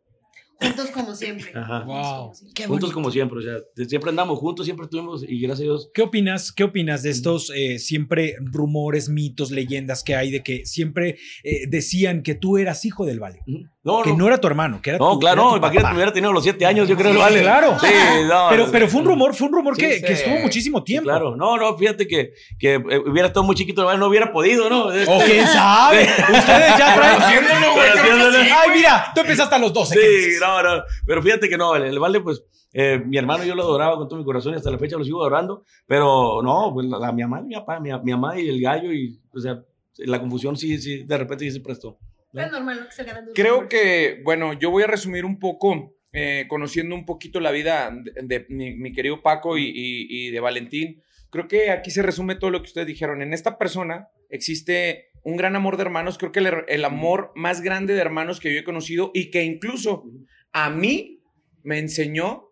Speaker 4: juntos como siempre.
Speaker 5: Ajá.
Speaker 3: Wow.
Speaker 1: Qué
Speaker 5: Juntos
Speaker 1: bonito.
Speaker 5: como siempre, o sea, siempre andamos juntos, siempre estuvimos, y gracias a Dios.
Speaker 3: ¿Qué opinas, ¿Qué opinas
Speaker 5: Mm.
Speaker 3: de estos eh, siempre rumores, mitos, leyendas que hay de que siempre eh, decían que tú eras hijo del Vale?
Speaker 5: No,
Speaker 3: Que no era tu hermano, que era
Speaker 5: No,
Speaker 3: tu
Speaker 5: claro,
Speaker 3: era
Speaker 5: no,
Speaker 3: tu
Speaker 5: imagínate,
Speaker 3: papá.
Speaker 5: hubiera tenido los siete años, yo creo,
Speaker 3: [LAUGHS] Sí,
Speaker 5: el vale.
Speaker 3: claro.
Speaker 5: Sí, no,
Speaker 3: Pero, pero fue un rumor, fue un rumor
Speaker 5: Sí,
Speaker 3: que,
Speaker 2: sí.
Speaker 3: que estuvo muchísimo
Speaker 5: Sí,
Speaker 3: tiempo.
Speaker 5: claro, no, no, fíjate que, que eh, hubiera estado muy chiquito, el vale no hubiera podido, ¿no?
Speaker 3: O quién sabe. Ustedes ya traen.
Speaker 2: Haciéndolo, güey, creo que
Speaker 5: Haciéndolo.
Speaker 2: sí.
Speaker 3: Ay, mira, tú empezaste a los 12. ¿qué
Speaker 5: Sí,
Speaker 3: dices?
Speaker 5: no, no, pero fíjate que no, el, el vale, pues, eh, mi hermano yo lo adoraba con todo mi corazón y hasta la fecha lo sigo adorando, pero no, pues, la, la- mi mamá, y mi papá, mi, mi mamá y el gallo, y, o sea, la confusión sí, sí, de repente sí se prestó.
Speaker 4: Es normal lo que se gana de un
Speaker 2: Creo
Speaker 4: hombre.
Speaker 2: que, bueno, yo voy a resumir un poco, eh, conociendo un poquito la vida de, de mi, mi querido Paco y, y- y de Valentín. Creo que aquí se resume todo lo que ustedes dijeron. En esta persona existe un gran amor de hermanos. Creo que el, her- el amor más grande de hermanos que yo he conocido y que incluso a mí me enseñó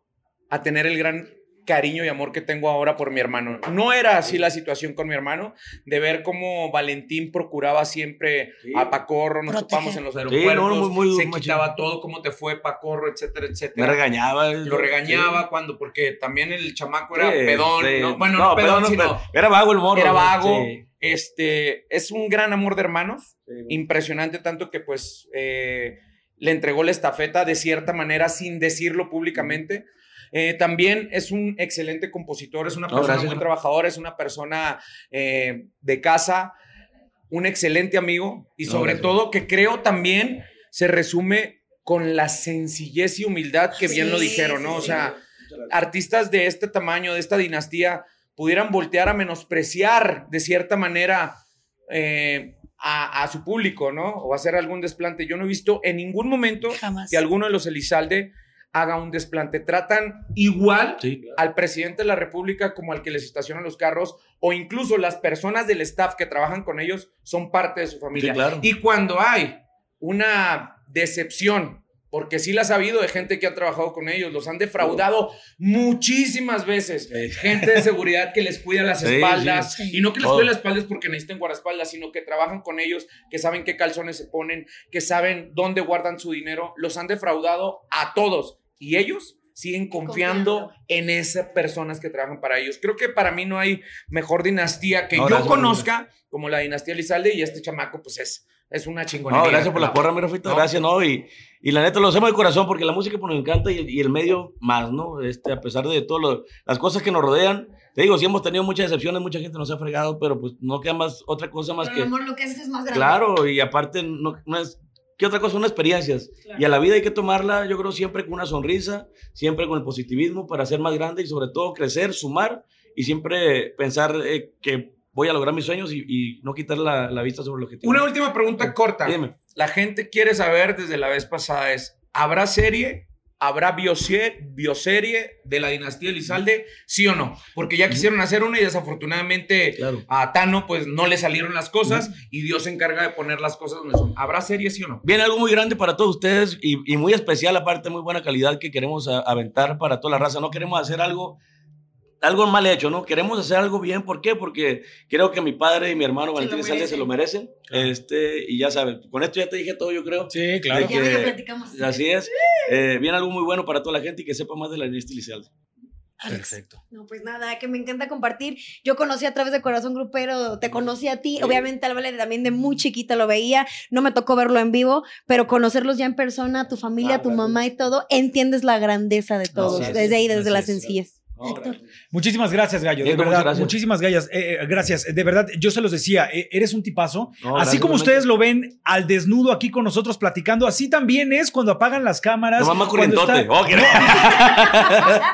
Speaker 2: a tener el gran cariño y amor que tengo ahora por mi hermano. No era así la situación con mi hermano, de ver cómo Valentín procuraba siempre
Speaker 5: Sí.
Speaker 2: a Pacorro, nos
Speaker 1: Proteger.
Speaker 2: topamos en los
Speaker 5: no,
Speaker 2: aeropuertos,
Speaker 5: muy- muy
Speaker 2: se
Speaker 5: machín.
Speaker 2: quitaba todo, cómo te fue Pacorro, etcétera,
Speaker 5: Me
Speaker 2: etcétera.
Speaker 5: regañaba.
Speaker 2: lo regañaba cuando, porque también el chamaco era pedón,
Speaker 5: sí.
Speaker 2: ¿no? bueno, no, pedón,
Speaker 5: no,
Speaker 2: sino
Speaker 5: pero era vago el morro.
Speaker 2: era
Speaker 5: ¿no?
Speaker 2: vago.
Speaker 5: Sí,
Speaker 2: Este, es un gran amor de hermanos,
Speaker 5: sí, güey.
Speaker 2: impresionante tanto que pues eh, le entregó la estafeta de cierta manera sin decirlo públicamente. Eh, también es un excelente compositor, es una
Speaker 5: No,
Speaker 2: persona
Speaker 5: gracias,
Speaker 2: muy
Speaker 5: no.
Speaker 2: trabajadora, es una persona eh, de casa, un excelente amigo y
Speaker 5: No,
Speaker 2: sobre
Speaker 5: gracias.
Speaker 2: todo que creo también se resume con la sencillez y humildad que bien lo
Speaker 1: Sí,
Speaker 2: dijeron, ¿no?
Speaker 1: sí,
Speaker 2: O
Speaker 1: sí.
Speaker 2: sea, artistas de este tamaño, de esta dinastía, pudieran voltear a menospreciar de cierta manera eh, a, a su público, ¿no? O hacer algún desplante. Yo no he visto en ningún momento
Speaker 1: Jamás.
Speaker 2: que alguno de los Elizalde haga un desplante. Tratan igual
Speaker 5: Sí, claro.
Speaker 2: al presidente de la República como al que les estacionan los carros o incluso las personas del staff que trabajan con ellos son parte de su familia.
Speaker 5: Sí, claro.
Speaker 2: Y cuando hay una decepción, porque sí las ha habido de gente que ha trabajado con ellos, los han defraudado muchísimas veces.
Speaker 5: Sí.
Speaker 2: Gente de seguridad que les cuida las
Speaker 5: Sí, sí.
Speaker 2: espaldas
Speaker 1: Sí.
Speaker 2: y no que les
Speaker 5: Todo.
Speaker 2: cuida las espaldas porque necesiten guardaespaldas, sino que trabajan con ellos, que saben qué calzones se ponen, que saben dónde guardan su dinero, los han defraudado a todos y ellos siguen confiando,
Speaker 4: Confiando.
Speaker 2: en esas personas que trabajan para ellos. Creo que para mí no hay mejor dinastía que
Speaker 5: No,
Speaker 2: yo
Speaker 5: gracias,
Speaker 2: conozca como la dinastía Lizalde y este chamaco pues es, es una
Speaker 5: No,
Speaker 2: chingonería.
Speaker 5: gracias por la porra, mi Rafita,
Speaker 2: No.
Speaker 5: gracias, ¿no? Y, y la neta lo hacemos de corazón porque la música pues, nos encanta y, el- y el medio más, ¿no? Este, a pesar de todas las cosas que nos rodean, te digo, sí hemos tenido muchas decepciones, mucha gente nos ha fregado, pero pues no queda más otra cosa más
Speaker 4: Pero el
Speaker 5: que...
Speaker 4: amor lo que haces es más grande.
Speaker 5: Claro, y aparte, no, no es, ¿qué otra cosa? Son experiencias.
Speaker 4: Claro.
Speaker 5: Y a la vida hay que tomarla, yo creo, siempre con una sonrisa, siempre con el positivismo para ser más grande y sobre todo crecer, sumar y siempre pensar eh, que voy a lograr mis sueños y, y no quitar la, la vista sobre el objetivo.
Speaker 2: Una última pregunta corta.
Speaker 5: Dime.
Speaker 2: La gente quiere saber desde la vez pasada es, ¿habrá serie? ¿Habrá bioserie, bioserie de la dinastía Lizalde? ¿Sí o no? Porque ya quisieron hacer una y desafortunadamente
Speaker 5: Claro.
Speaker 2: a Tano pues no le salieron las cosas y Dios se encarga de poner las cosas donde son. ¿Habrá serie sí o no?
Speaker 5: Viene algo muy grande para todos ustedes y, y muy especial, aparte, muy buena calidad que queremos a- aventar para toda la raza. No queremos hacer algo, algo mal hecho, ¿no? Queremos hacer algo bien. ¿Por qué? Porque creo que mi padre y mi hermano Valentín Salles se lo merecen. Este, y ya sabes, con esto ya te dije todo, yo creo.
Speaker 3: Sí,
Speaker 5: claro.
Speaker 4: Ya me lo
Speaker 5: que-
Speaker 4: platicamos.
Speaker 5: Así es. Eh, viene algo muy bueno para toda la gente y que sepa más de la dinastía Elizalde.
Speaker 1: Alex.
Speaker 4: No, pues nada, que me encanta compartir. Yo conocí a través de Corazón Grupero, te conocí a ti. Obviamente al Vale también de muy chiquita lo veía, no me tocó verlo en vivo, pero conocerlos ya en persona, tu familia,
Speaker 5: Ah,
Speaker 4: tu
Speaker 5: gracias.
Speaker 4: mamá y todo, entiendes la grandeza de todos.
Speaker 5: Así es,
Speaker 4: desde ahí,
Speaker 5: así
Speaker 4: desde la
Speaker 5: es.
Speaker 4: sencillez.
Speaker 5: No, gracias.
Speaker 3: Muchísimas gracias, Gallo. De
Speaker 5: Diego,
Speaker 3: verdad,
Speaker 5: muchas gracias.
Speaker 3: muchísimas gallas, eh, eh, gracias. De verdad, yo se los decía, eh, eres un tipazo.
Speaker 5: No,
Speaker 3: así
Speaker 5: gracias,
Speaker 3: como
Speaker 5: realmente.
Speaker 3: ustedes lo ven al desnudo aquí con nosotros platicando, así también es cuando apagan las cámaras.
Speaker 5: No, mamá
Speaker 3: cuando está-
Speaker 5: corrientote. Oh, que-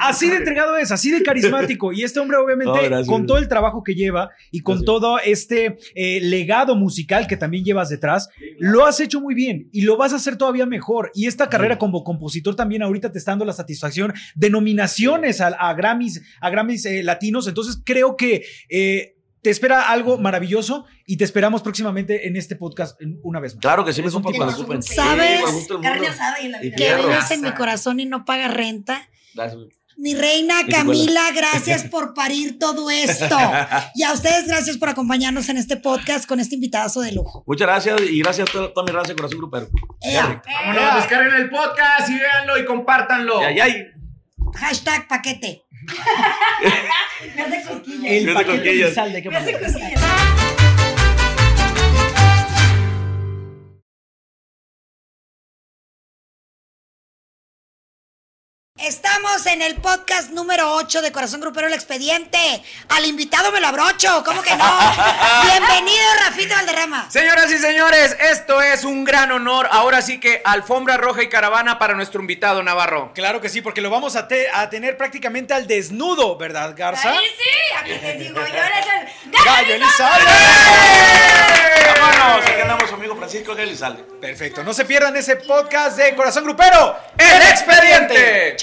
Speaker 3: [LAUGHS] Así de entregado es, así de carismático. Y este hombre, obviamente,
Speaker 5: No, gracias.
Speaker 3: con todo el trabajo que lleva y con
Speaker 5: Gracias.
Speaker 3: todo este eh, legado musical que también llevas detrás, lo has hecho muy bien y lo vas a hacer todavía mejor. Y esta carrera como compositor también ahorita te está dando la satisfacción de nominaciones a, a Grammys, a Grammys eh, latinos. Entonces creo que eh, te espera algo maravilloso y te esperamos próximamente en este podcast eh, una vez más.
Speaker 5: Claro que sí me supo cuando
Speaker 4: Corazón
Speaker 5: supe.
Speaker 4: Grupero.
Speaker 1: ¿Sabes?
Speaker 5: Sí, con gusto del mundo.
Speaker 4: Carne asada y en la
Speaker 5: Y
Speaker 4: vida.
Speaker 1: Que
Speaker 5: Claro.
Speaker 1: vives en mi corazón y no pagas renta.
Speaker 5: Gracias, güey.
Speaker 1: Mi reina
Speaker 5: Y
Speaker 1: Camila,
Speaker 5: [LAUGHS]
Speaker 1: gracias por parir todo esto. Y a ustedes, gracias por acompañarnos en este podcast con este invitadazo de lujo.
Speaker 5: Muchas gracias y gracias a toda, toda mi raza de corazón grupero.
Speaker 1: Ea,
Speaker 2: Vámonos, descarguen el podcast y véanlo y compártanlo.
Speaker 5: Ya, ya, y-
Speaker 1: hashtag paquete.
Speaker 4: [LAUGHS] Me hace cosquillas.
Speaker 3: El
Speaker 8: Fíjate
Speaker 3: paquete
Speaker 8: con ella.
Speaker 3: de sal de que
Speaker 4: Me hace cosquillas.
Speaker 1: Estamos en el podcast número 8 de Corazón Grupero El Expediente. Al invitado me lo abrocho, ¿cómo que no? Bienvenido, Rafita Valderrama.
Speaker 2: Señoras y señores, esto es un gran honor. Ahora sí que alfombra roja y caravana para nuestro invitado Navarro.
Speaker 3: Claro que sí, porque lo vamos a, te- a tener prácticamente al desnudo, ¿verdad, Garza?
Speaker 4: Ahí sí, aquí te digo, yo ahora soy-
Speaker 3: Gallo Elizalde.
Speaker 5: Vámonos, aquí andamos, amigo Francisco Gelizalde.
Speaker 3: Perfecto, no se pierdan ese podcast de Corazón Grupero.
Speaker 2: ¡El expediente!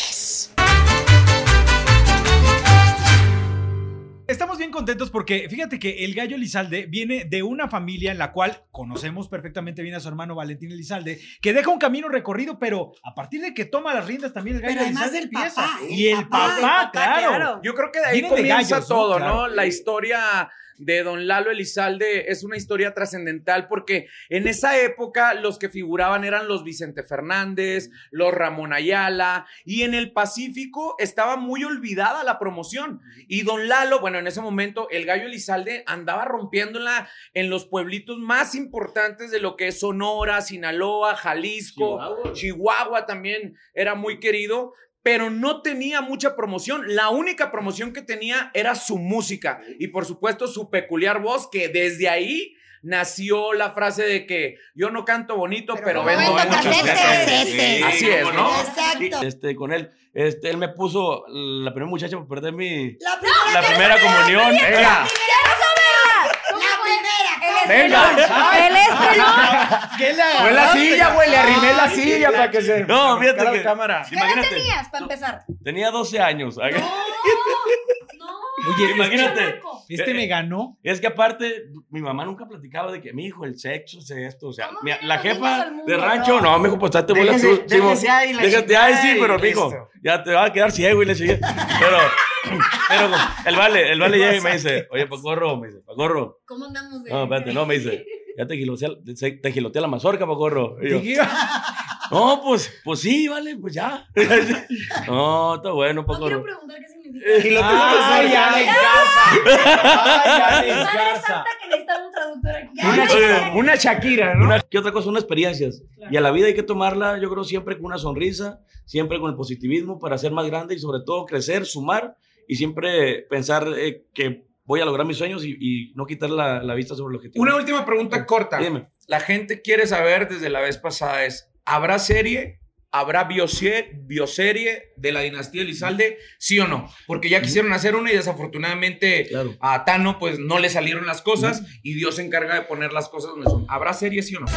Speaker 3: Estamos bien contentos porque fíjate que el gallo Elizalde viene de una familia en la cual conocemos perfectamente bien a su hermano Valentín Elizalde, que deja un camino recorrido, pero a partir de que toma las riendas también el gallo
Speaker 1: Pero además
Speaker 3: Elizalde
Speaker 1: del
Speaker 3: empieza.
Speaker 1: papá, ¿eh?
Speaker 3: Y el papá,
Speaker 1: Del
Speaker 4: papá,
Speaker 3: claro.
Speaker 4: claro.
Speaker 2: Yo creo que de ahí
Speaker 3: Viene de
Speaker 2: comienza
Speaker 3: gallos, ¿no?
Speaker 2: todo, ¿no?
Speaker 3: Claro.
Speaker 2: La historia de don Lalo Elizalde es una historia trascendental porque en esa época los que figuraban eran los Vicente Fernández, los Ramón Ayala y en el Pacífico estaba muy olvidada la promoción y don Lalo, bueno, en ese momento el gallo Elizalde andaba rompiéndola en los pueblitos más importantes de lo que es Sonora, Sinaloa, Jalisco, Chihuahua también era muy querido, pero no tenía mucha promoción. La única promoción que tenía era su música y por supuesto su peculiar voz que desde ahí nació la frase de que yo no canto bonito, pero, vendo
Speaker 1: vendo
Speaker 2: mucho.
Speaker 1: café.
Speaker 8: Sí,
Speaker 2: Así es,
Speaker 8: cómo
Speaker 2: ¿no?
Speaker 1: Exacto.
Speaker 5: Este, con él, este, él me puso la primera muchacha para perder mi
Speaker 1: La primera,
Speaker 5: la primera comunión.
Speaker 2: Venga.
Speaker 1: la primera.
Speaker 4: Él es
Speaker 2: Venga.
Speaker 4: pelón, Él es pelón.
Speaker 3: ¿Qué le
Speaker 2: Fue la silla, güey, le arrimé la silla para que se
Speaker 5: No, fíjate
Speaker 2: cara de
Speaker 5: que-
Speaker 2: cámara.
Speaker 4: ¿Qué edad
Speaker 5: Imagínate.
Speaker 4: tenías para empezar?
Speaker 5: Tenía 12 años.
Speaker 4: No,
Speaker 3: Oye,
Speaker 5: Imagínate.
Speaker 3: Este me ganó.
Speaker 5: Es que aparte, mi mamá nunca platicaba de que, mi hijo, el sexo es esto. O sea,
Speaker 4: ¿Cómo
Speaker 5: mi-
Speaker 4: vienen
Speaker 5: la
Speaker 4: los niños
Speaker 5: jefa
Speaker 4: al mundo,
Speaker 5: de rancho, no, mijo, pues date bola tú.
Speaker 6: Déjese-
Speaker 5: sí, mo-
Speaker 6: déjese ahí, la
Speaker 5: Déjate,
Speaker 6: chingada,
Speaker 5: ay, sí, pero
Speaker 6: y
Speaker 5: mijo,
Speaker 6: listo.
Speaker 5: ya te vas a quedar ciego y le sigue. Pero, [CLEARS THROAT] pero el vale, el vale llega y me dice, oye, Pacorro, me dice, Pacorro.
Speaker 4: ¿Cómo andamos de.?
Speaker 5: No, espérate, no, me dice,
Speaker 4: [LAUGHS]
Speaker 5: ya te gilotea, te gilotea la mazorca, Pacorro. Y yo,
Speaker 3: Dije,
Speaker 5: no, pues, pues sí, vale, pues ya.
Speaker 4: [LAUGHS]
Speaker 5: no, está bueno,
Speaker 4: No quiero
Speaker 5: Pacorro.
Speaker 4: preguntar qué significa.
Speaker 6: Y lo tengo que
Speaker 3: Ay,
Speaker 6: hacer.
Speaker 3: Alex Garza. Ay, Alex
Speaker 4: ¿Sabes,
Speaker 3: Garza.
Speaker 4: Santa, que necesitan un traductor aquí?
Speaker 5: Una
Speaker 4: Ay,
Speaker 5: chica-
Speaker 6: Una Shakira, ¿no?
Speaker 5: Una- ¿Qué otra cosa? Son experiencias. Y a la vida hay que tomarla, yo creo, siempre con una sonrisa, siempre con el positivismo para ser más grande y sobre todo crecer, sumar y siempre pensar eh, que voy a lograr mis sueños y, y no quitar la, la vista sobre el objetivo.
Speaker 2: Una última pregunta corta.
Speaker 5: Dime.
Speaker 2: La gente quiere saber desde la vez pasada es, ¿habrá serie? ¿Habrá bioserie, bioserie de la dinastía Elizalde? ¿Sí o no? Porque ya quisieron hacer una y desafortunadamente
Speaker 5: Claro.
Speaker 2: a Tano pues no le salieron las cosas y Dios se encarga de poner las cosas donde son. ¿Habrá serie sí o no?